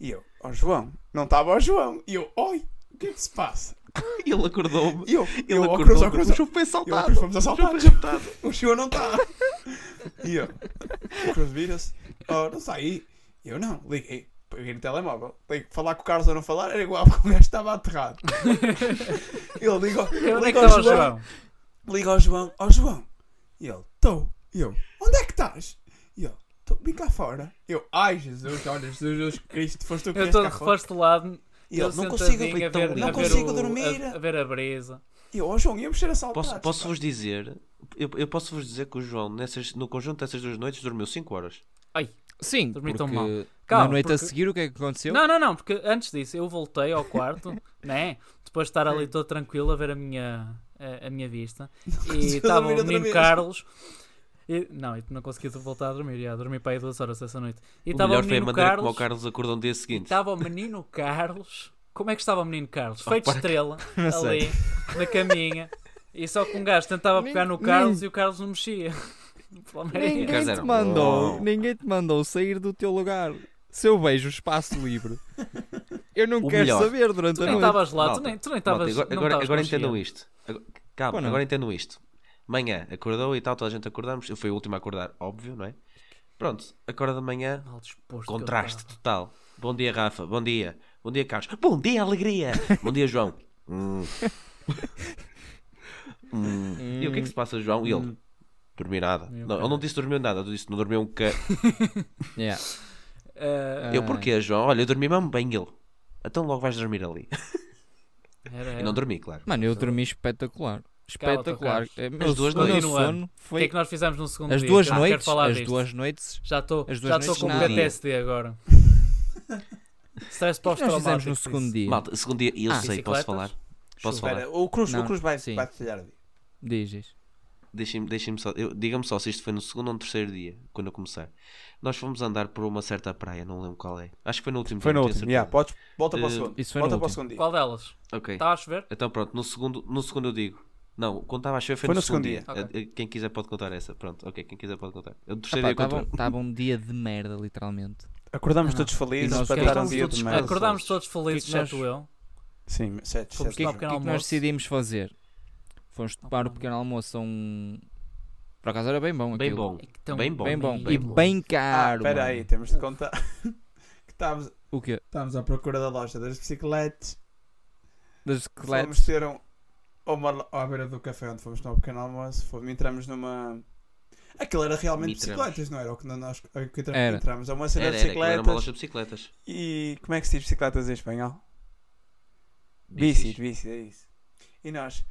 S5: E eu, ó João, não estava o João. E eu, oi, o que é que se passa?
S4: Ele acordou-me.
S5: E eu,
S4: Ele
S5: eu, ó
S4: acordou. um
S5: Cruz,
S4: me
S5: ó Cruz,
S4: O João foi
S5: E o
S4: saltado.
S5: Cruz fomos assaltados. O João não está. E eu, o Cruz vira-se, oh, não está aí. E eu, não, liguei. Peguei no telemóvel. Liguei, falar com o Carlos ou não falar era igual, porque o gajo estava aterrado. Ele liga,
S1: onde é que
S5: liga ao
S1: estava o
S5: João.
S1: João?
S5: Liga ao João. Ó João. E ele, estou. E eu, onde é que estás? E ele, estou bem cá fora. Eu, ai Jesus, olha Jesus, Jesus Cristo, foste tu que
S1: Eu
S5: vieste
S1: estou
S5: cá
S1: de
S5: fora.
S1: refastelado.
S5: E ele,
S1: ele
S5: não
S1: sentadinho
S5: consigo, então,
S1: a ver,
S4: tão
S1: a
S5: não
S1: ver
S5: consigo
S1: o-
S5: dormir.
S1: A, a ver a brisa.
S5: E eu, ó João, íamos ser assaltados.
S4: Posso, posso vos dizer, eu, eu posso vos dizer que o João, nessas, no conjunto dessas duas noites, dormiu 5 horas.
S3: Sim,
S1: Dormi
S3: porque
S1: tão mal.
S3: na
S1: Calma,
S3: noite a
S1: porque-
S3: seguir o que é que aconteceu?
S1: Não, não, não, porque antes disso eu voltei ao quarto, né? Depois de estar
S5: É.
S1: ali todo tranquilo a ver a minha, a, a minha vista. E
S5: conseguiu
S1: estava
S5: dormir
S1: o
S5: outra
S1: menino
S5: vez.
S1: Carlos. E, não, eu não consegui voltar a dormir. Já dormi para aí duas horas essa noite. E
S4: o
S1: estava o
S4: melhor foi a
S1: menino
S4: maneira como o
S1: Carlos.
S4: Carlos acordou no dia
S1: e
S4: seguinte.
S1: Estava o menino Carlos. Como é que estava o menino Carlos?
S4: Ao
S1: Feito
S4: parque.
S1: estrela,
S3: Não sei.
S1: ali, na caminha. E só que um gajo tentava pegar no Carlos e o Carlos não mexia. Pela merda.
S4: Quer
S3: Ninguém
S4: dizer,
S3: te mandou,
S4: uau.
S3: ninguém te mandou sair do teu lugar. Se eu vejo o espaço livre, eu não
S4: O
S3: quero
S4: melhor.
S3: saber durante
S1: Tu
S3: a
S1: nem
S3: noite.
S1: estavas lá, tu
S4: Malta,
S1: nem tu nem
S4: Malta,
S1: estavas.
S4: agora
S1: não
S4: agora,
S1: estavas
S4: agora
S1: consciente.
S4: entendam isto. Agora- Calma,
S3: Pô, não.
S4: agora entendam isto. Manhã acordou e tal, toda a gente acordamos. Eu fui o último a acordar, óbvio, não é? Pronto, acorda de manhã,
S1: Mal disposto. então. que eu
S4: contraste
S1: estava.
S4: total. Bom dia, Rafa, bom dia. Bom dia, Carlos. Bom dia, alegria. Bom dia, João. Hum. Hum. E o que é que se passa, João? E
S5: Hum.
S4: ele? Dormi nada.
S1: Meu
S4: Não, ele não
S1: caralho.
S4: disse dormiu nada, ele disse não dormiu um ca...
S3: Yeah.
S1: Ah,
S3: Ah,
S4: Eu porquê, João? Olha, eu dormi mesmo bem ele. Então logo vais dormir ali.
S1: era-
S5: É.
S4: E não dormi, claro.
S3: Mano, eu dormi espetacular.
S1: Cala-te,
S3: Espetacular.
S1: Carlos.
S3: É, meu
S4: As duas
S3: sono- meu
S4: noites.
S3: sono
S1: O que é
S3: foi
S1: que nós fizemos no segundo
S3: as
S1: dia?
S3: duas
S1: Já quero
S3: noites,
S1: falar
S3: as
S1: disto.
S3: duas noites.
S1: Já estou
S3: as duas
S1: já estou
S3: noites
S1: com
S3: nada.
S1: PTSD agora. Stress
S3: O que é nós fizemos
S1: pós-traumático.
S3: no segundo dia?
S4: Malta, segundo dia, e eu
S3: Ah.
S4: sei, posso
S1: Bicicletas?
S4: falar? Posso
S1: Chuva.
S4: falar?
S5: Espera, o Cruz,
S3: Não,
S5: o Cruz vai,
S3: sim.
S5: vai falhar ali.
S3: Diz, diz.
S4: Deixem-me deixem só. eu- Diga-me só se isto foi no segundo ou no terceiro dia, quando eu começar. Nós fomos andar por uma certa praia, não lembro qual é. Acho que foi no último
S5: Foi no
S4: dia. não tenho
S5: último. Yeah,
S4: certeza.
S5: podes, volta para o
S4: Eh,
S5: segundo.
S3: isso foi no
S5: volta para o
S3: último.
S5: segundo dia.
S1: Qual delas?
S4: Ok.
S1: Estava a chover?
S4: Então pronto, no segundo, no segundo eu digo. Não, quando estava a chover foi,
S5: Foi
S4: no, segundo dia.
S1: dia.
S4: Eh, eh, Quem quiser pode contar essa. Pronto, ok, quem quiser pode contar. Eu do terceiro dia conto. eu.
S3: Estava Tá um dia de merda, literalmente.
S5: Acordamos
S1: Ah, não.
S5: todos
S3: E
S5: felizes
S3: nós
S5: para estar um
S3: acordamos
S5: dia
S4: todos
S5: de
S4: Ah,
S5: merda.
S4: felizes.
S1: Acordámos
S4: sabes.
S1: todos felizes,
S3: O que é que
S1: exceto eu.
S5: Sim, sete,
S1: Fomos
S5: sete.
S1: tomar
S3: O
S1: pequeno
S3: que é que nós
S1: almoço.
S3: decidimos fazer? Fomos tomar o
S1: bom.
S3: pequeno almoço a um. Por acaso era bem bom
S4: Bem
S3: aquilo.
S4: bom.
S1: É que tão-
S4: Bem bom.
S3: Bem bom.
S1: Bem
S3: e
S1: bom.
S3: bem
S5: Ah,
S3: caro.
S5: espera
S3: mano.
S5: aí, temos de contar que estávamos,
S3: O quê?
S5: estávamos à procura da loja das bicicletas.
S3: Das
S5: Fomos
S3: esqueletos.
S5: ter um, a uma, lo- à beira do café onde fomos tomar o pequeno almoço. Fomos, entramos numa... Aquilo era realmente
S4: Entramos.
S5: bicicletas, não era? O que nós o que entra-
S3: Era.
S5: entramos. É uma cena
S4: Era,
S5: de
S4: era, aquilo era uma
S5: bicicletas.
S4: loja de bicicletas.
S5: E como é que se diz bicicletas em espanhol?
S4: Bicis.
S5: Bicis, bicis, é isso. E nós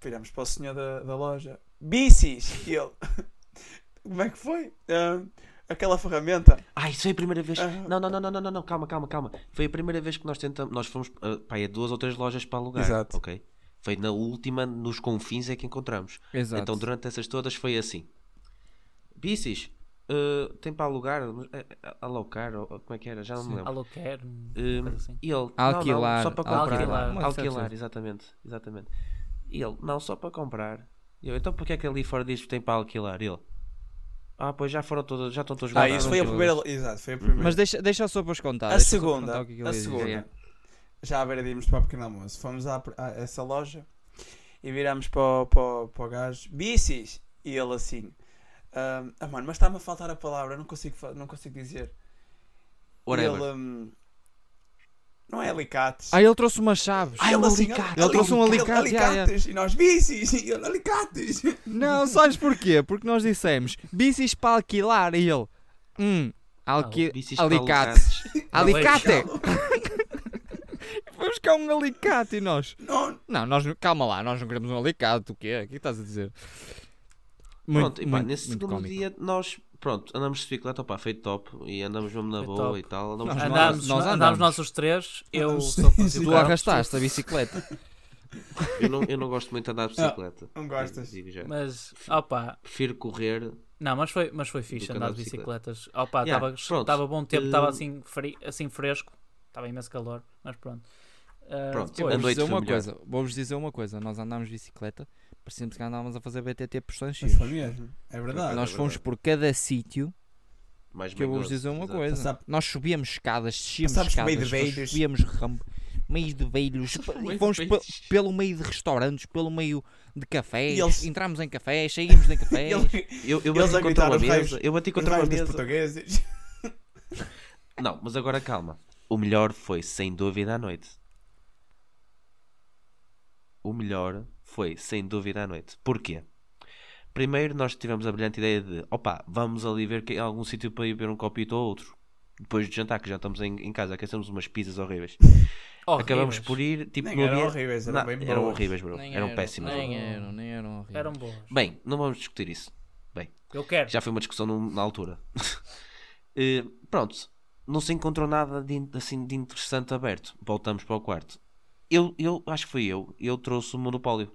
S5: viramos para o senhor da, da loja. Bicis! E ele. Como é que foi? Ah, aquela ferramenta.
S4: Ah, isso foi a primeira vez.
S5: Ah.
S4: Não, não, não, não, não, não, não, calma, calma, calma. Foi a primeira vez que nós tentamos. Nós fomos ah, pá, aí a duas ou três lojas para alugar.
S5: Exato.
S4: Ok? Foi na última, nos confins é que encontramos.
S3: Exato.
S4: Então durante essas todas foi assim. Bicis, ah, tem para alugar? Ah, Alocar? ou- ou Como é que era? Já não me lembro.
S1: Aluquer?
S4: Hum,
S1: coisa assim.
S4: E ele, não,
S3: Alquilar,
S4: não, só para comprar.
S1: alquilar.
S4: Alquilar,
S3: Uma certa coisa.
S4: exatamente, exatamente. E ele, não, só para comprar. E eu, então porque é que ali fora diz que tem para alquilar? E ele, ah, pois já foram todas, já estão todos
S5: Ah,
S4: guardados."
S5: isso foi a
S3: Aquilo-
S5: primeira. lo- Exato, foi a primeira.
S3: Mas deixa, deixa só para os contar.
S5: a
S3: deixa só para
S5: segunda.
S3: contar o que é que eu
S5: a
S3: ia dizer.
S5: segunda. Já à beira de irmos para o pequeno almoço. Fomos à, a essa loja. E virámos para, o- para, o- para o gajo, bicis! E ele assim, "Ahm, ah mano, mas está-me a faltar a palavra, não consigo, fa- não consigo dizer. E
S4: Whatever.
S5: Ele, hum, não é alicates.
S3: Ah, ele trouxe umas chaves.
S5: Ah, ele assim,
S3: Ele trouxe um alicate, já, já.
S5: alicates, e nós bicis, e ele, alicates.
S3: Não, sabes porquê? Porque nós dissemos bicis para alquilar e ele. Hum, alqui...
S4: Bicis
S3: alicate.
S4: para
S3: Alicate! Foi buscar um alicate e nós.
S5: Não,
S3: Não, nós não- calma lá, nós não queremos um alicate, o quê? O que estás a dizer? Muito,
S4: Pronto, e pá,
S3: muito,
S4: nesse
S3: muito
S4: segundo
S3: cómico.
S4: dia nós, pronto, andamos de bicicleta, opá, feito top, e andamos mesmo na
S1: Feito
S4: boa
S1: top.
S4: e tal. Andamos
S3: Nós não-
S4: mesmo na-
S1: Andámos,
S3: nós
S1: nós,
S3: andamos.
S1: andámos nós os três, eu
S5: Andamos.
S1: só consigo
S3: Tu
S1: dar-
S3: arrastaste a bicicleta.
S4: eu, não, eu não gosto muito de andar de bicicleta.
S5: não gostas.
S4: Digo já.
S1: Mas, opa,
S4: Prefiro correr.
S1: não, mas foi, mas foi fixe
S4: Do que
S1: andar
S4: andar
S1: de
S4: de
S1: bicicletas. Opa,
S4: Yeah,
S1: estava
S4: pronto.
S1: estava bom tempo,
S4: Eh,
S1: estava assim, fri- assim fresco, estava imenso calor, mas pronto. Ah,
S4: Pronto,
S1: depois-
S3: Tipo, Vou-vos
S4: noite
S3: dizer
S4: foi
S3: uma
S4: melhor.
S3: coisa, vou-vos dizer uma coisa, nós andámos de bicicleta, parecíamos que andávamos a fazer BTT por
S5: Mas
S3: Sanches.
S5: foi mesmo, é verdade.
S3: Nós
S4: é
S3: fomos
S4: verdade.
S3: por cada sítio
S4: Mais
S3: que eu vou-vos
S4: manhoso,
S3: dizer uma
S4: exato.
S3: coisa.
S5: Passar-
S3: Nós subíamos escadas, descíamos
S5: Passámos por
S3: escadas,
S5: meio de
S3: nós
S5: velhos.
S3: subíamos rambo, meio de velhos, pa-
S4: meio
S3: e fomos
S4: de
S3: pe-
S4: velhos.
S3: pelo meio de restaurantes, pelo meio de cafés,
S5: E eles-
S3: entramos em cafés, saímos em
S5: É
S3: cafés.
S5: Ele,
S4: Eu, eu
S5: Eles
S4: bati
S5: a
S4: contra
S5: gritar
S4: uma
S5: os raios-
S4: mesa. Eu bati
S5: os
S4: contra uma
S5: raios dos
S4: mesa.
S5: portugueses.
S4: Não, mas agora calma. O melhor foi, sem dúvida, à noite. O melhor foi, sem dúvida, à noite. Porquê? Primeiro, nós tivemos a brilhante ideia de: opa, vamos ali ver que algum sítio para ir beber um copito ou outro. Depois de jantar, que já estamos em, em casa, aquecemos umas pizzas horríveis.
S1: horríveis.
S4: Acabamos por ir, tipo,
S5: Nem
S4: não
S5: eram
S4: havia-
S5: horríveis, eram
S4: Não,
S5: bem
S4: eram
S5: boas.
S4: horríveis, bro.
S3: Nem
S4: eram
S3: eram-
S4: péssimas.
S3: Nem eram, nem eram horríveis.
S1: Eram boas.
S4: Bem, não vamos discutir isso. Bem,
S1: Eu quero.
S4: já foi uma discussão num- na altura. Eh, pronto, não se encontrou nada de, in- assim, de interessante aberto. Voltamos para o quarto. Eu, eu acho que fui eu, eu trouxe o monopólio.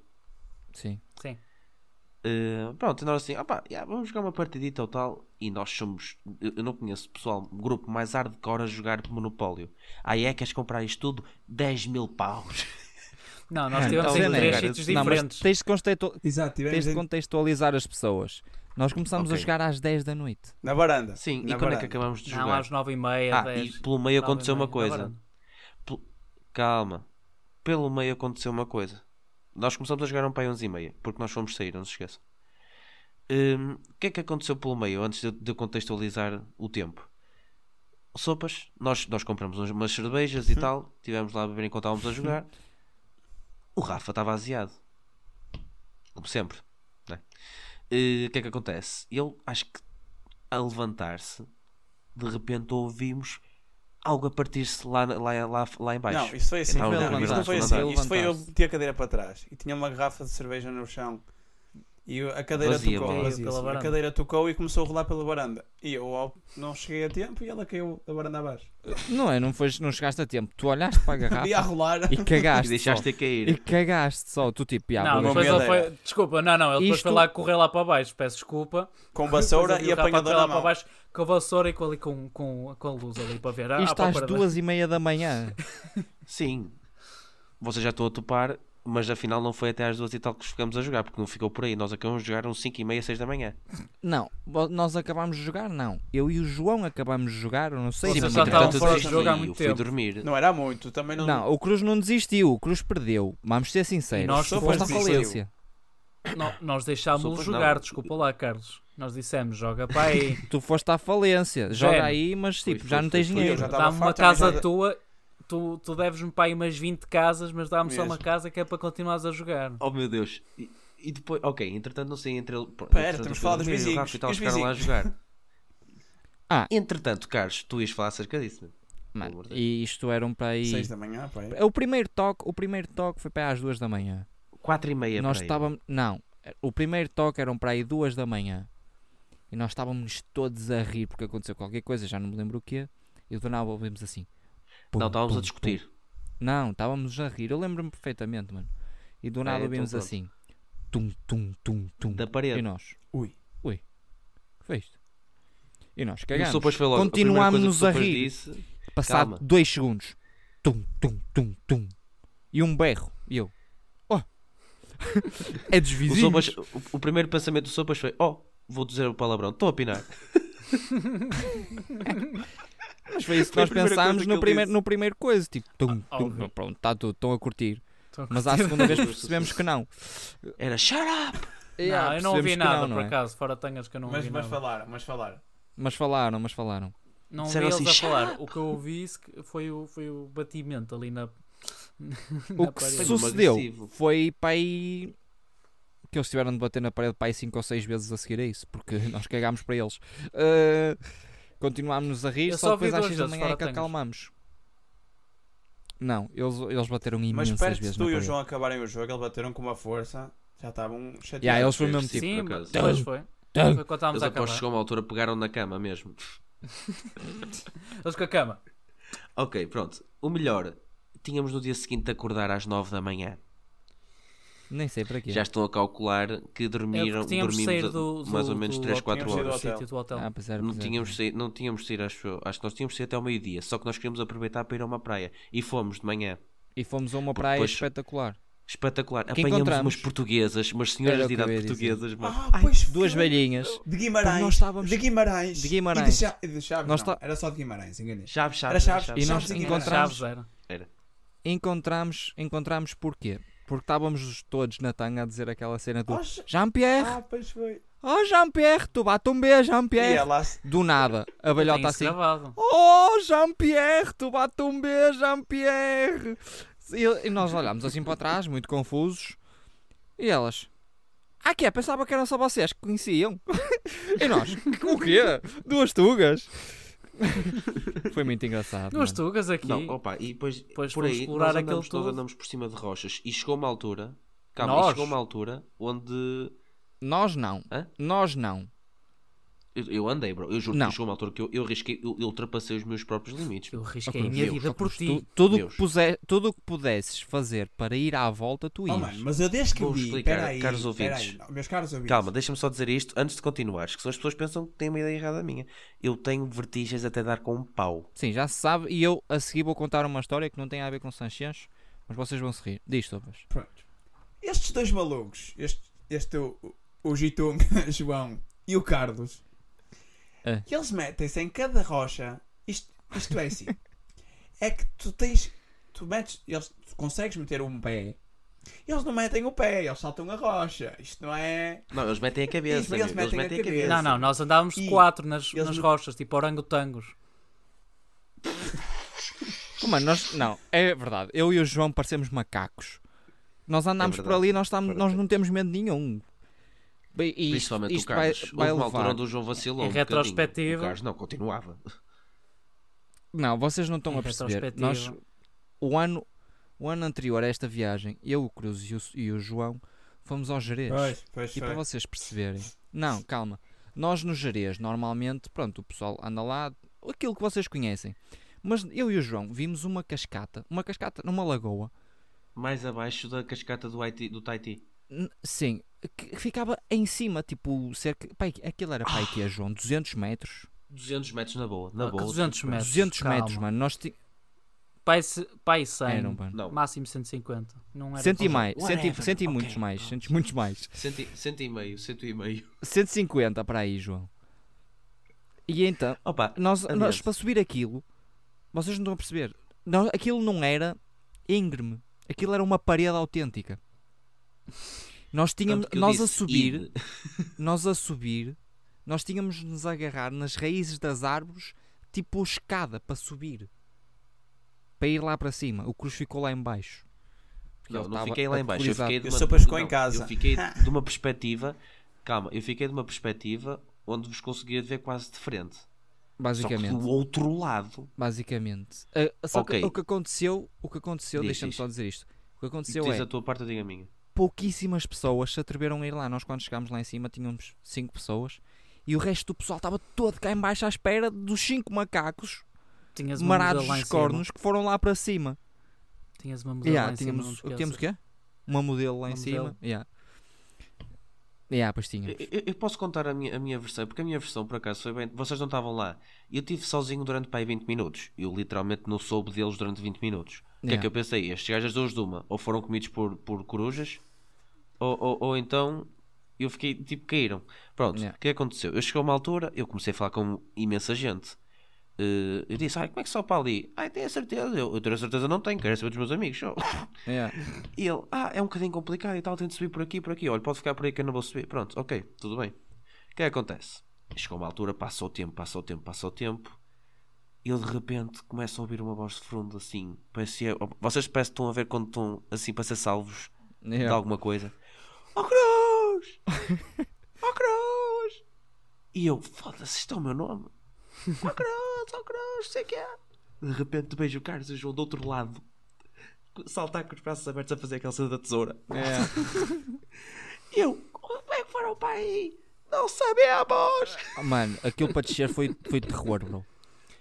S3: Sim.
S1: Sim.
S4: Eh, pronto, e nós assim, opá, yeah, vamos jogar uma partidita ou tal. E nós somos, eu eu não conheço pessoal, um grupo mais hardcore a jogar monopólio. Aí é, queres comprar isto tudo? 10 mil paus.
S1: Não, nós
S3: Então,
S1: estivemos
S4: sim,
S1: em
S3: né,
S1: três
S4: cara,
S1: sítios
S3: Não, mas
S1: diferentes.
S3: tens de contexto-
S5: Exato,
S3: tens
S5: tivemos
S3: de
S5: em-
S3: contextualizar as pessoas. Nós começámos a
S4: Ok.
S3: jogar às 10 da noite.
S5: na varanda.
S4: Sim,
S5: na
S4: e quando é que
S5: varanda.
S4: acabamos de
S1: Não,
S4: jogar?
S1: às nove e meia,
S4: Ah,
S1: dez.
S4: e pelo meio
S1: nove e
S4: aconteceu uma
S1: meia,
S4: coisa.
S1: na varanda.
S4: Calma. Pelo meio aconteceu uma coisa. Nós começamos a jogar um pai 11 e meia, porque nós fomos sair, não se esqueça. Hum, O que é que aconteceu pelo meio, antes de, de eu contextualizar o tempo? Sopas, nós, nós compramos uns- umas cervejas e tal, estivemos lá a beber enquanto estávamos a jogar. O Rafa estava aziado. Como sempre. né? Eh, O que é que acontece? Ele, acho que a levantar-se, de repente ouvimos algo a partir-se lá, lá, lá, lá em baixo.
S5: Não, isso foi assim.
S4: Então,
S5: não,
S3: ele
S5: isto não foi
S3: levantasse,
S5: assim.
S3: ele
S5: Isto foi eu
S3: levantasse.
S5: meti a cadeira para trás e tinha uma garrafa de cerveja no chão. E eu- a cadeira
S4: Vazia,
S5: tocou,
S4: bola.
S5: vazia,
S1: Caiu pela
S5: sim. a
S1: varanda.
S5: cadeira tocou e começou a rolar pela varanda. E eu ao- não cheguei a tempo e ela caiu da varanda abaixo.
S3: Não é? Não, foste, não chegaste a tempo. Tu olhaste para a garrafa
S5: E a rolar.
S3: Ah, tá. e
S4: E
S3: cagaste.
S4: deixaste a
S3: só.
S4: cair.
S3: E cagaste só. Tu tipo, "Ya,
S1: Não,
S3: vou
S5: uma
S1: depois
S3: beber".
S1: ele foi. Desculpa, não, não, ele depois
S3: Isto-
S1: foi lá correr lá para baixo, peço desculpa.
S5: Com vassoura
S1: Depois
S5: e
S1: eu vi é, o rapaz
S5: apanhador
S1: lá
S5: na
S1: para
S5: mão.
S1: baixo com a vassoura e com, ali, com, com, com a luz ali para ver. Ah,
S3: Isto
S1: à
S3: às
S1: procura da-
S3: duas e meia da manhã.
S4: Sim. Vocês já estão a topar, mas afinal não foi até às duas e tal que ficamos a jogar, porque não ficou por aí. Nós acabamos de jogar uns 5 e meia, 6 da manhã.
S3: Não, bo- nós acabámos de jogar, não. Eu e o João acabámos de jogar, eu não sei. é
S1: Vocês
S3: mas
S1: já tá
S3: entretanto-
S4: Portanto,
S1: estavam
S4: eu
S1: fora de
S4: desisti,
S1: jogo há muito
S4: eu fui
S1: tempo.
S4: dormir.
S5: Não era muito, também não.
S3: Não, o Cruz não desistiu, o Cruz perdeu. Vamos ser sinceros.
S1: E nós
S3: Foste
S5: fomos
S3: à falência.
S1: Nó- Nós deixámos-lo
S4: Sopas não.
S1: jogar, desculpa lá, Carlos. Nós dissemos, joga para aí,
S3: Tu foste à falência. Joga
S1: Zero.
S3: aí, mas tipo,
S4: Fui,
S3: já
S4: fui,
S3: não
S4: fui,
S3: tens
S4: fui.
S3: dinheiro.
S5: Eu já tava
S1: dá-me uma
S5: farto, também
S1: casa
S5: já-
S1: tua, tu, tu deves-me para aí umas 20 casas, mas dá-me só uma
S5: Mesmo.
S1: casa que é para continuares a jogar.
S4: Oh meu Deus. E, e depois, ok, entretanto não sei entre ele. Pera,
S5: temos de falar dos
S4: E o Rafa e tal
S5: vizinhos,
S4: ficaram lá a jogar.
S3: Ah.
S4: Entretanto, Carlos, tu ias falar acerca disso. meu.
S3: Mano,
S4: Pelo amor de
S3: e isto eram para aí.
S5: 6 da manhã, pá.
S3: É O primeiro toque, o primeiro toque foi para aí às duas da manhã.
S4: Quatro e meia.
S3: nós
S4: peraí.
S3: estávamos. Não, o primeiro toque eram para aí duas da manhã. E nós estávamos todos a rir porque aconteceu qualquer coisa, já não me lembro o quê. E do nada ouvimos assim. pum,
S4: Não, estávamos
S3: pum,
S4: a discutir.
S3: Não, estávamos a rir, eu lembro-me perfeitamente, mano. E do nada
S4: então
S3: ouvimos
S4: pronto.
S3: assim: tum, tum, tum, tum.
S4: Da
S3: E
S4: parede.
S3: nós,
S5: Ui.
S3: ui, o que foi isto? E nós
S4: E o
S3: cagamos.
S4: Sopas foi logo. a primeira
S3: Continuámos-nos
S4: coisa que o
S3: a
S4: Sopas
S3: rir.
S4: disse-
S3: Passado
S4: calma.
S3: dois segundos, tum, tum, tum, tum. E um berro. E eu, oh, é dos
S4: O,
S3: vizinhos.
S4: Sopas, o, o primeiro pensamento do Sopas foi: Oh, vou dizer o palavrão, estou a opinar.
S3: Mas foi isso que
S4: Foi a
S3: nós
S4: primeira
S3: pensámos
S4: coisa que
S3: no
S4: ele
S3: primeiro,
S4: disse.
S3: no primeiro coisa. Tipo, tum, tum,
S1: Ah, óbvio.
S3: pronto, está tudo, estão a curtir.
S1: Estou a
S3: Mas à
S1: curtir.
S3: segunda vez percebemos que não.
S4: Era shut up!
S3: Yeah,
S1: Não, eu não
S3: percebemos
S1: ouvi
S3: que
S1: nada,
S3: não, não
S1: por
S3: é?
S1: acaso, fora tangas que eu não
S5: Mas,
S1: ouvi
S5: mas
S1: nada.
S5: falaram, mas falaram.
S3: Mas falaram, mas falaram.
S1: Não ouvi
S4: Disseram
S1: eles
S4: assim,
S1: a
S4: "Shut
S1: falar. O que eu ouvi se- foi o, foi o batimento ali na.
S3: O
S1: na
S3: que
S1: parede.
S4: su-
S3: sucedeu
S4: agressivo.
S3: foi para aí que eles tiveram de bater na parede para aí 5 ou 6 vezes a seguir a isso, porque nós cagámos para eles. Uh, continuámos a rir,
S1: Eu
S3: só,
S1: só vi
S3: depois às
S1: duas
S3: 6 da
S1: vezes
S3: manhã é que
S1: fora tangas.
S3: acalmamos. Não, eles, eles bateram
S5: Mas
S3: imensas
S5: perto
S3: vezes
S5: de
S3: na
S5: tu e o
S3: parede.
S5: João acabarem o jogo, eles bateram com uma força, já estavam chateados.
S3: Yeah, eles foi o
S4: Foi
S3: mesmo
S4: assim.
S3: tipo.
S1: Sim,
S4: por acaso.
S1: depois foi.
S3: Tum.
S1: Foi quando estávamos
S4: Eles
S1: a
S4: após
S1: acabar.
S4: chegou uma altura, pegaram na cama mesmo.
S1: Eles com a cama.
S4: Ok, pronto. O melhor, tínhamos no dia seguinte de acordar às 9 da manhã.
S3: Nem sei para quê.
S4: Já estão a calcular que
S1: É
S4: dormiram,
S1: porque tínhamos de
S4: dormimos
S1: sair
S4: a-
S1: do, do,
S4: mais ou menos
S1: do
S4: 3,
S1: hotel,
S4: 4
S5: tínhamos saído
S4: horas.
S1: do sítio do hotel.
S3: Ah, pois era,
S4: Não
S3: pois era.
S4: tínhamos, saído, não tínhamos saído, acho, eu. acho que nós tínhamos saído até ao meio-dia, só que nós queríamos aproveitar para ir a uma praia. E fomos de manhã.
S3: E fomos a uma praia
S4: depois-
S3: espetacular.
S4: Espetacular.
S3: Que
S4: Apanhamos
S3: encontramos?
S4: umas portuguesas, umas senhoras
S3: Era o
S4: de
S3: que eu
S4: idade
S3: ia dizer.
S4: portuguesas, mano.
S5: Ah, pois
S3: Duas
S5: foi.
S3: velhinhas.
S5: De Guimarães.
S3: Pá, nós estávamos-
S5: De Guimarães.
S3: De Guimarães.
S5: E de, Cha- e de Chaves.
S3: Nós
S5: não,
S3: tá-
S5: Era só de Guimarães, enganei.
S4: Chaves,
S5: Era
S4: chaves,
S5: Chaves.
S3: E
S4: chaves,
S3: nós
S4: chaves, chaves.
S3: encontramos-
S1: Chaves era.
S4: Era.
S3: Encontramos, encontramos porquê? Porque estávamos todos na tanga a dizer aquela cena do
S5: Oh, Cha-
S3: Jean-Pierre,
S5: Ah, pois foi.
S3: oh Jean-Pierre, tu bate um beijo,
S5: E
S3: Jean-Pierre.
S5: ela...
S3: Do nada, a
S1: Tem
S3: balhota
S1: isso
S3: assim.
S1: gravado.
S3: Oh, Jean-Pierre, tu bate um beijo, Jean-Pierre. E, e nós olhámos assim para trás, muito confusos. E elas, ah, que é? Pensava que eram só vocês que conheciam. E nós, o quê? Duas tugas? Foi muito engraçado. é?
S1: Duas
S3: mano.
S1: tugas aqui.
S4: Não,
S3: oh.
S4: opa, e depois
S1: Depois
S4: por
S1: fomos
S4: aí
S1: explorar
S4: nós
S1: aquele
S4: andamos, nós
S1: tudo.
S4: andamos por cima de rochas e chegou uma altura, calma,
S1: Nós?
S4: e chegou uma altura onde
S3: Nós não.
S4: Hã?
S3: Nós não.
S4: eu, eu andei, bro, eu juro
S3: Não.
S4: que chegou uma altura que eu, eu risquei, eu, eu ultrapassei os meus próprios limites.
S1: Eu
S3: Ok,
S1: risquei a minha
S4: Deus,
S1: vida por
S3: Tu-
S1: ti.
S3: tudo, o
S4: Deus.
S3: que puse- tudo o que pudesses fazer para ir à volta, tu ias.
S5: Oh, mano, mas eu desde que
S4: Vou
S5: vi...
S4: explicar,
S5: peraí,
S4: caros
S5: peraí,
S4: ouvintes.
S5: não, meus caros ouvintes.
S4: Calma, deixa-me só dizer isto antes de continuares, que senão as pessoas pensam que têm uma ideia errada minha. Eu tenho vertigens até dar com um pau.
S3: Sim, já se sabe. E eu a seguir vou contar uma história que não tem a ver com Sanchez, mas vocês vão se rir. Diz, Tobas.
S5: Pronto. Estes dois malucos, este, este o, o Gitung, João e o Carlos,
S3: É.
S5: eles metem-se em cada rocha. Isto, isto é assim. é que tu tens. Tu metes. Eles, tu consegues meter um pé. Eles não metem o pé, eles saltam a rocha. Isto não é.
S4: Não, eles metem a cabeça.
S5: Isso, eles
S4: meu,
S5: metem a cabeça.
S1: Não, não, nós andávamos de
S5: E
S1: quatro nas,
S5: eles
S1: nas
S5: no-
S1: rochas, tipo orangotangos.
S3: Oh, mano, nós. Não, é verdade. Eu e o João parecemos macacos. Nós andámos
S4: É
S3: por
S4: verdade.
S3: ali e nós, estamos, nós
S4: Parecem.
S3: não temos medo nenhum. Bem, e isto-
S4: Principalmente
S3: isto
S4: o Carlos.
S3: vai, vai
S4: Houve uma altura
S3: levar.
S4: onde o João vacilou.
S1: Em
S4: um bocadinho.
S1: retrospectiva-
S4: O Carlos não, continuava.
S3: Não, vocês não estão
S1: Em
S3: a perceber.
S1: retrospectiva.
S3: Nós, o, ano, o ano anterior a esta viagem, eu, o Cruz e o, e o João fomos ao Jerez.
S5: pois,
S3: E para vocês perceberem, não, calma. Nós no Jerez, normalmente, pronto, o pessoal anda lá, aquilo que vocês conhecem. Mas eu e o João vimos uma cascata, uma cascata numa lagoa,
S4: Mais abaixo da cascata do, Haiti, do Tahiti.
S3: n- sim, que ficava em cima, tipo, cerca. Pai, aquilo era pai que é, João, 200 metros.
S4: 200 metros na boa. Na
S1: Ah, que
S4: boa.
S1: 200 metros.
S3: 200
S1: calma.
S3: tipo, metros, mano. Nós ti...
S1: Pai, se- pai 100,
S3: eram, mano.
S4: Não,
S1: máximo 150. Não era
S3: Cento e
S1: tão-
S3: mais, cento e,
S4: Whatever,
S3: cento e
S4: ok,
S3: muitos mais,
S4: pronto.
S3: cento e muitos mais.
S4: cento e- cento e meio, cento e meio.
S3: 150 para aí, João. E então,
S4: Opa,
S3: nós,
S4: Aliás.
S3: nós para subir aquilo, vocês não estão a perceber. Não, aquilo não era íngreme, aquilo era uma parede autêntica. Nós tínhamos,
S4: tanto que eu
S3: nós a
S4: disse,
S3: subir,
S4: "Ide".
S3: nós a subir, nós tínhamos de nos agarrar nas raízes das árvores, tipo escada para subir. Para ir lá para cima. O Cruz ficou lá em baixo. Porque
S4: Não,
S3: ele
S4: não
S3: estava
S4: fiquei lá em baixo. Eu
S3: aterrorizado.
S4: fiquei de
S5: Eu
S4: uma,
S5: sou Pascoal em
S4: não,
S5: casa.
S4: Eu fiquei de uma perspectiva. Calma, eu fiquei de uma perspectiva onde vos conseguia ver quase de frente. Só que
S3: basicamente.
S4: do outro lado.
S3: Basicamente. Ah, só
S4: Ok.
S3: que o que aconteceu, o que aconteceu,
S4: Diz,
S3: deixa-me
S4: diz.
S3: só dizer isto. O que
S4: E
S3: aconteceu
S4: tu diz
S3: é,
S4: a tua parte, eu digo a minha.
S3: pouquíssimas pessoas se atreveram a ir lá. Nós quando chegámos lá em cima tínhamos 5 pessoas e o resto do pessoal estava todo cá em baixo à espera dos 5 macacos
S1: Tinhas uma
S3: marados
S1: mudela lá em
S3: dos
S1: cima.
S3: cornos que foram lá para cima.
S1: Tinhas uma mudela
S3: Yeah,
S1: lá em cima.
S3: tínhamos,
S1: não te
S3: tínhamos o
S1: esqueças.
S3: quê? Uma modelo lá
S1: Uma
S3: em cima.
S1: modelo.
S3: Yeah. Yeah, pois tinha.
S4: Eu, eu- eu posso contar a minha, a minha versão, porque a minha versão, por acaso, foi bem. Vocês não estavam lá. Eu estive sozinho durante pai 20 minutos. Eu literalmente não soube deles durante 20 minutos. O que é
S3: Yeah.
S4: que eu pensei? Estes gajos duas de uma. Ou foram comidos por, por corujas, ou, ou, ou então eu fiquei tipo caíram. Pronto, o
S3: Yeah.
S4: que aconteceu? Eu cheguei a uma altura, eu comecei a falar com imensa gente. eh, eu disse, ai, como é que sobe para ali? Ai, tenho a certeza. Eu, eu tenho a certeza, não tenho, quero saber dos meus amigos. só.
S3: Yeah.
S4: E ele, ah, é um bocadinho complicado e tal, tento subir por aqui, por aqui. Olha, pode ficar por aí que eu não vou subir. Pronto, ok, tudo bem. O que é que acontece? Chegou uma altura, passa o tempo, passa o tempo, passa o tempo. E eu de repente começo a ouvir uma voz de fundo assim. Parecia, vocês parecem que estão a ver quando estão assim para ser salvos de
S3: Yeah.
S4: alguma coisa. Oh É. Cruz! Oh Cruz! E eu, foda-se, isto é o meu nome. Oh Cruz, oh Cruz, sei que é. De repente vejo o Carlos e o João do outro lado saltar com os braços abertos a fazer aquela cena da tesoura.
S3: Yeah.
S4: E eu, como é que foram para aí? Não sabemos!
S3: Oh, Mano, aquilo para descer foi, foi terror, bro.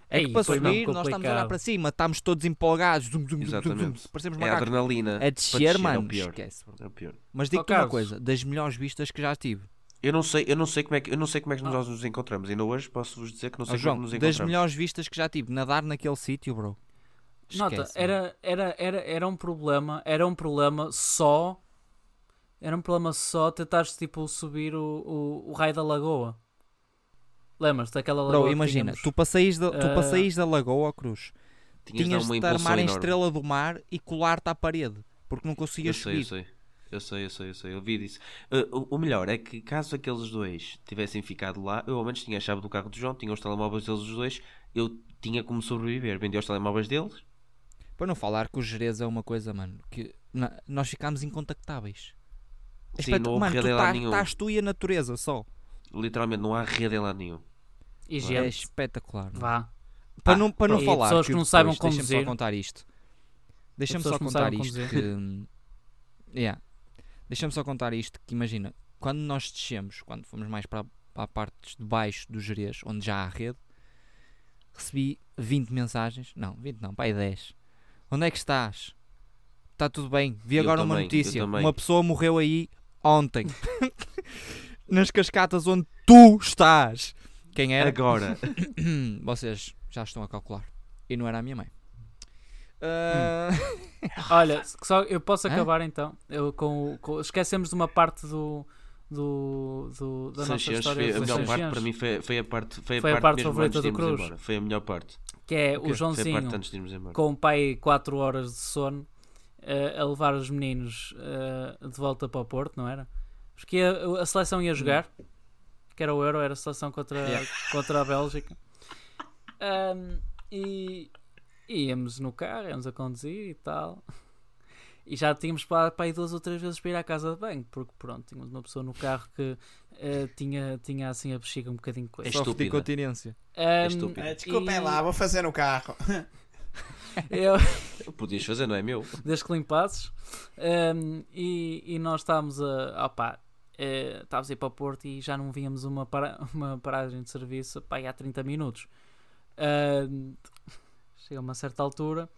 S1: É
S3: que para subir, nós estamos a olhar para cima, estamos todos empolgados, zum, zum, zum, zum, zum,
S4: Exatamente.
S3: parecemos
S4: É a
S3: macacos.
S4: adrenalina.
S3: A descer,
S4: Para
S3: mano,
S4: É o pior.
S3: esquece. bro.
S4: É o pior.
S3: Mas digo-te
S1: Ó,
S3: uma
S1: Carlos.
S3: coisa, das melhores vistas que já tive.
S4: Eu não sei, eu não sei como é que, eu não sei como é que nós nos encontramos. Ainda hoje posso vos dizer que não sei
S3: Ó,
S4: como é
S3: João,
S4: que nos
S3: das
S4: encontramos.
S3: melhores vistas que já tive, nadar naquele sítio, bro. Esquece,
S1: Nota,
S3: mano.
S1: era, era, era, era um problema, era um problema só. Era um problema só tentares tipo subir o, o, o raio da lagoa. Lembras-te daquela lagoa?
S3: Bro,
S1: que
S3: imagina,
S1: tínhamos?
S3: tu passaís da, tu
S1: Ah.
S3: passaís da Lagoa à Cruz,
S4: Tinhas,
S3: tinhas de
S4: de dar uma
S3: te armar
S4: impulsão
S3: em
S4: enorme.
S3: estrela do mar e colar-te à parede, porque não
S4: Eu
S3: conseguias
S4: sei, eu
S3: subir.
S4: sei. Eu sei, eu sei, eu sei. Eu vi disso. Uh, o, o melhor é que caso aqueles dois tivessem ficado lá, eu ao menos tinha a chave do carro do João, tinha os telemóveis deles os dois, eu tinha como sobreviver. Vendi os telemóveis deles.
S3: Para não falar que o Jerez é uma coisa, mano, que na- nós ficámos incontactáveis. É
S4: Sim,
S3: espet-
S4: não houve
S3: mano, tu
S4: rede em lado
S3: tá-
S4: nenhum.
S3: estás tu e a natureza só.
S4: Literalmente, não há rede em lado nenhum.
S1: E
S3: É
S1: gente,
S3: espetacular. mano.
S1: vá.
S3: Para não, para não
S1: e
S3: falar.
S1: pessoas que não saibam
S3: depois- Deixa-me
S1: conduzir.
S3: só contar isto. Deixa-me
S1: pessoas
S3: só
S1: que não
S3: contar
S1: saibam
S3: isto. Que, hum, yeah. Deixa-me só contar isto. Que imagina, quando nós descemos, quando fomos mais para, para a parte de baixo do Jerez, onde já há rede, recebi 20 mensagens. Não, 20 não, pai, 10. Onde é que estás? Está tudo bem. Vi
S4: Eu
S3: agora uma
S4: também, eu
S3: notícia.
S4: também.
S3: Uma pessoa morreu aí ontem. Nas cascatas onde tu estás. Quem era?
S4: Agora,
S3: vocês já estão a calcular. E não era a minha mãe. Ah,
S1: Olha, só, eu posso
S3: Hã?
S1: acabar então. Eu, com, o- com- esquecemos de uma parte do, do, do- da nossa
S4: Sanches
S1: história
S4: foi a
S1: dos
S4: melhor parte
S1: Sanches,
S4: para mim. Foi, foi a parte, foi a
S1: Foi a
S4: parte,
S1: parte
S4: mesmo
S1: favorita
S4: antes de
S1: do
S4: irmos
S1: Cruz.
S4: embora. Foi a melhor parte.
S1: que é
S3: Foi
S1: o
S3: a
S4: Foi a parte
S1: Joãozinho
S4: antes de irmos embora.
S1: com o pai 4 horas de sono eh, a levar os meninos eh, de volta para o Porto, não era? Porque a, a seleção ia jogar, que era o Euro, era a seleção contra, contra a Bélgica. Ahm, e e íamos no carro, íamos a conduzir e tal. E já tínhamos para, para aí duas ou três vezes para ir à casa de banho, porque pronto, tínhamos uma pessoa no carro que eh, tinha, tinha assim a bexiga um bocadinho coisa.
S4: É
S3: Sofre de
S4: estúpida.
S3: incontinência.
S1: Ahm,
S4: estúpido.
S5: É, desculpem
S1: E-
S5: lá, vou fazer no carro.
S1: eu-
S4: Podias fazer, não é meu?
S1: desde que limpasses. Um, e, e nós estávamos a. Opá, eh, estávamos a ir para o Porto e já não víamos uma, para- uma paragem de serviço pá, aí há 30 minutos. Um, chega a uma certa altura,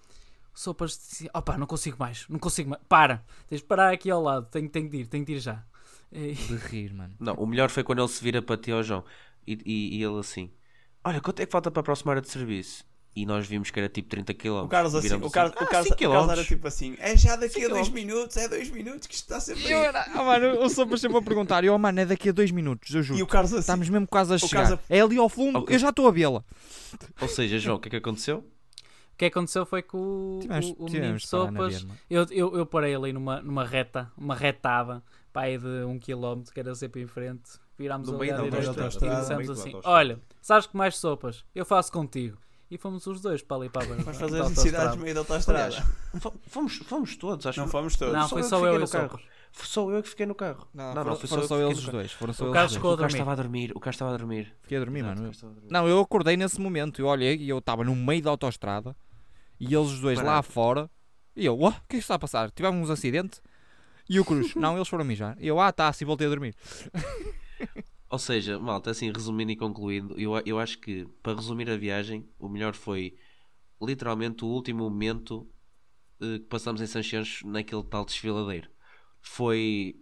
S1: o Sopas disse: opá, não consigo mais, não consigo mais, para, tens de parar aqui ao lado, tenho, tenho de ir, tenho de ir já. Eh, E-
S3: De rir, mano.
S4: Não, o melhor foi quando ele se vira para ti, ó João, e, e- e ele assim: Olha, quanto é que falta para a próxima hora de serviço? E nós vimos que era tipo 30 km.
S5: O Carlos, assim, o Carlos,
S4: "Ah,
S5: o Carlos, o Carlos era tipo assim: é já daqui a dois minutos, é dois minutos que isto está sempre.
S3: Eu
S5: aí."
S3: era, ah, mano, eu só para sempre a perguntar. Eu, oh, mano, é daqui a dois minutos, eu juro.
S5: E o Carlos assim:
S3: Estamos mesmo quase a
S5: caso
S3: chegar. É ali ao fundo,
S4: Ok.
S3: eu já estou a vê-la.
S5: tipo
S4: Ou seja, João, o que é que aconteceu?
S1: O que aconteceu foi que o,
S3: Tivemos,
S1: o, o menino
S3: tivemos
S1: de
S3: de parar na
S1: Sopas
S3: berma.
S1: Eu, eu, eu parei ali numa, numa reta, uma retada, pai de um quilómetro, que era sempre em frente. Virámos
S4: No
S1: ali
S4: meio
S1: à
S4: da
S1: direita
S5: autoestrada.
S1: e
S5: No
S1: dissemos
S4: meio da
S1: assim:
S4: autoestrada.
S1: Olha, sabes que mais sopas? Eu faço contigo. E fomos os dois para ali para a beira.
S5: Vais fazer
S1: da
S5: as necessidades
S1: autoestrada.
S5: no meio da autostrada.
S4: Aliás, fo- fomos, fomos todos, acho
S5: Não
S4: que
S5: fomos todos.
S1: Não,
S4: Só
S1: foi
S4: eu que
S1: só
S4: fiquei
S1: eu e
S4: no
S1: o
S4: carro.
S1: sopas.
S4: F- só eu é que fiquei no carro.
S3: Não,
S4: não,
S3: foram,
S4: foi
S3: foram
S4: só eu
S3: só
S4: que
S3: eles os
S4: fiquei no
S3: dois. Foram só
S1: O
S3: eles
S1: Carlos
S3: os
S1: ficou
S3: dois.
S4: O
S1: a
S4: carro
S1: dormir.
S4: estava a dormir, o carro estava a dormir.
S3: Fiquei a dormir,
S4: Exato, o
S3: mano.
S4: carro estava a dormir.
S3: Não, eu acordei nesse momento. Eu olhei e eu estava no meio da autostrada e eles os dois lá
S4: Parado.
S3: fora. E eu, oh, o que é que está a passar? Tivemos um acidente? E o Cruz, não, eles foram mijar. E eu, ah, tá, assim voltei a dormir.
S4: Ou seja, malta, assim, resumindo e concluindo, eu, a- eu acho que, para resumir a viagem, o melhor foi literalmente o último momento eh, que passamos em Sanchens naquele tal desfiladeiro. Foi.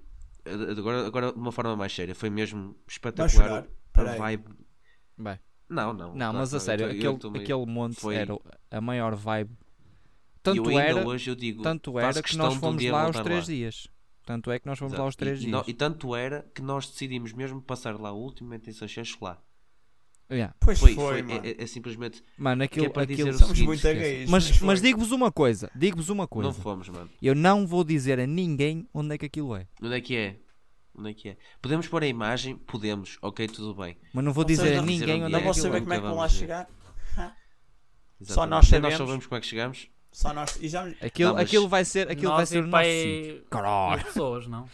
S4: eh, Agora, agora de uma forma mais séria, foi mesmo
S5: Vais
S4: espetacular
S5: chorar.
S4: a
S5: Peraí.
S4: vibe.
S3: Bem.
S4: Não, não.
S3: Não,
S4: claro
S3: mas
S4: que
S3: a sério,
S4: Eu tô- eu
S3: aquele,
S4: tô meio-
S3: aquele monte
S4: foi-
S3: era a maior vibe.
S4: e eu
S3: Tanto
S4: ainda
S3: era,
S4: hoje eu digo,
S3: tanto
S4: faço
S3: era que
S4: questão
S3: nós
S4: de um
S3: fomos
S4: dia
S3: lá aos
S4: voltar
S3: três dias. Tanto é que nós fomos lá aos
S4: Exato.
S3: três
S4: E- e,
S3: dias.
S4: no- e tanto era que nós decidimos mesmo passar lá o último momento em Sanchens lá.
S3: Yeah.
S5: Pois
S4: Foi,
S5: foi, eh,
S4: foi,
S5: mano.
S4: É, é- é simplesmente.
S3: Mano, aquilo.
S4: que é para dizer
S3: aquilo...
S4: o
S5: Somos
S4: seguinte,
S5: muito
S4: esquece.
S5: gays.
S3: Mas,
S5: foi.
S3: mas digo-vos uma coisa, digo-vos uma coisa.
S4: Não fomos, mano.
S3: Eu não vou dizer a ninguém onde é que aquilo é.
S4: Onde é que é? Onde é que é? Podemos pôr a imagem? Podemos. Ok, tudo bem.
S3: Mas não vou
S5: Vocês
S3: dizer a
S5: não
S3: ninguém
S4: disseram
S3: onde
S5: Não
S3: é que
S5: vou
S4: Aquilo
S5: saber
S3: aquilo é.
S5: como é que vão lá
S4: acabamos de
S5: chegar. nós
S4: Exatamente. Nem Nós
S5: sabemos.
S4: sabemos como é que chegamos.
S5: Só nós. E já.
S3: Aquilo,
S4: Não, é. Tá, mas
S3: aquilo vai ser, aquilo
S1: Nós
S3: vai ser
S1: e
S3: o nosso
S1: pai
S3: sítio. Caralho.
S1: mil pessoas, não?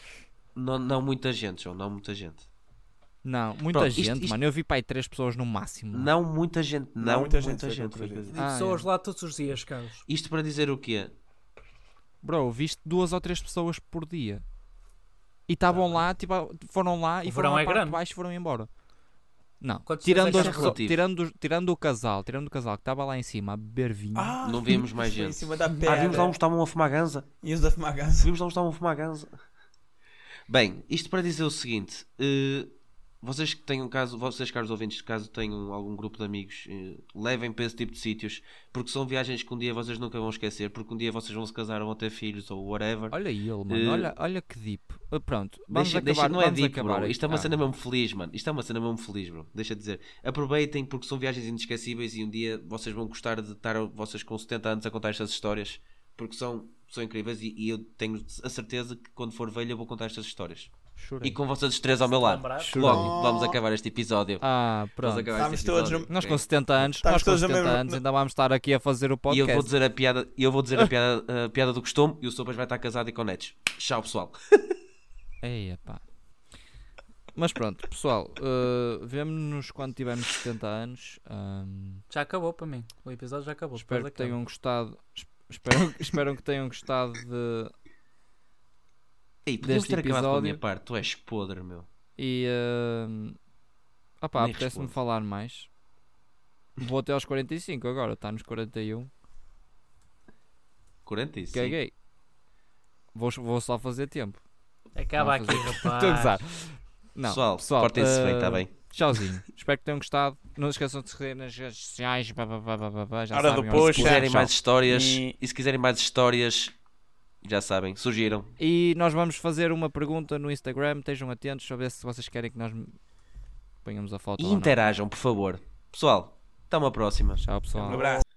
S4: Não, não muita gente, João. Não muita gente.
S3: Não, muita
S4: Pronto, isto-
S3: gente,
S4: isto-
S3: mano. Eu vi pai três pessoas no máximo. mano.
S4: Não muita gente. Não, muita gente.
S5: foi
S4: gente,
S5: o que eu
S4: foi o que eu
S5: disse.
S4: disse.
S1: Mil
S3: Ah,
S1: pessoas
S3: é.
S1: lá todos os dias, Carlos.
S4: Isto para dizer o quê?
S3: Bro, viste duas ou três pessoas por dia. E estavam lá, tipo, foram lá e
S1: O
S3: foram
S1: verão
S3: à
S1: é
S3: parte
S1: grande.
S3: de baixo e foram embora. Não,
S1: Quantos
S3: tirando, as
S1: dias é que
S4: são?
S3: pessoas, tirando, tirando o casal, tirando o casal que estava lá em cima a beber vinho.
S5: Ah,
S4: Não vimos mais
S5: foi Em
S4: gente.
S5: cima da
S4: Ah, vimos lá
S5: pedra.
S4: uns que estavam a fumar ganza.
S5: E os da fumagança.
S4: Vimos lá uns que estavam a fumar ganza. Bem, isto para dizer o seguinte. eh, vocês que tenham caso, vocês caros ouvintes, caso tenham algum grupo de amigos, eh, levem para esse tipo de sítios, porque são viagens que um dia vocês nunca vão esquecer, porque um dia vocês vão se casar ou vão ter filhos ou whatever.
S3: Olha ele, mano,
S4: Eh,
S3: olha, olha que deep. Ah, Pronto, vamos
S4: Deixa,
S3: acabar,
S4: deixa- não é
S3: vamos
S4: deep,
S3: acabar
S4: bro.
S3: aqui.
S4: Isto é uma
S3: Ah.
S4: cena mesmo feliz, mano. Isto é uma cena mesmo feliz, bro. Deixa de dizer. Aproveitem porque são viagens inesquecíveis e um dia vocês vão gostar de estar vocês com 70 anos a contar estas histórias porque são, são incríveis e, e eu tenho a certeza que quando for velho eu vou contar estas histórias.
S3: Chorei.
S4: E com vocês três ao meu lado.
S1: lembrar.
S4: Logo, vamos acabar este episódio.
S3: Ah,
S4: vamos
S3: pronto.
S4: acabar
S5: Estamos
S4: este
S5: todos
S4: episódio.
S3: Nós
S4: É.
S3: com 70 anos,
S5: Estamos
S3: nós com
S5: todos a
S3: 70
S5: mesmo-
S3: anos ainda vamos estar aqui a fazer o
S4: E eu
S3: podcast.
S4: vou dizer a piada, eu vou dizer a piada, a piada do costume e o Sopas vai estar casado e com netos. Tchau, pessoal.
S3: Ei, epá. Mas pronto, pessoal, uh, vemo-nos quando tivermos 70 anos. ahm,
S1: Já acabou para mim. O episódio já acabou.
S3: espero que
S1: depois acaba.
S3: tenham gostado. es- Espero, espero que tenham gostado de.
S4: Ei, podemos
S3: Deste
S4: ter acabado com a minha
S3: episódio.
S4: parte. Tu és podre, meu.
S3: E. ahm, opá,
S4: Nem
S3: apetece-me
S4: respondo.
S3: falar mais. Vou até aos 45 agora, está nos 41.
S4: 45.
S3: Caguei. Vou, vou só fazer tempo.
S1: Acaba
S3: Não,
S1: aqui,
S3: Estou a gozar.
S1: rapaz.
S3: Não,
S4: pessoal,
S3: pessoal
S4: portem-se bem,
S3: ah,
S4: está bem?
S3: Tchauzinho. Espero que tenham gostado. Não se esqueçam de seguir nas redes sociais. Blá, blá, blá, blá, blá, blá, já
S5: Hora do
S3: sabem,
S5: push.
S4: Se
S5: Tchau,
S4: quiserem
S3: tchau.
S4: mais histórias,
S5: E-
S4: e se quiserem mais histórias, já sabem, surgiram.
S3: E nós vamos fazer uma pergunta no Instagram. Estejam atentos saber se vocês querem que nós ponhamos a foto.
S4: E
S3: ou não.
S4: interajam, por favor. Pessoal, até uma próxima.
S3: Tchau, pessoal.
S5: Um abraço.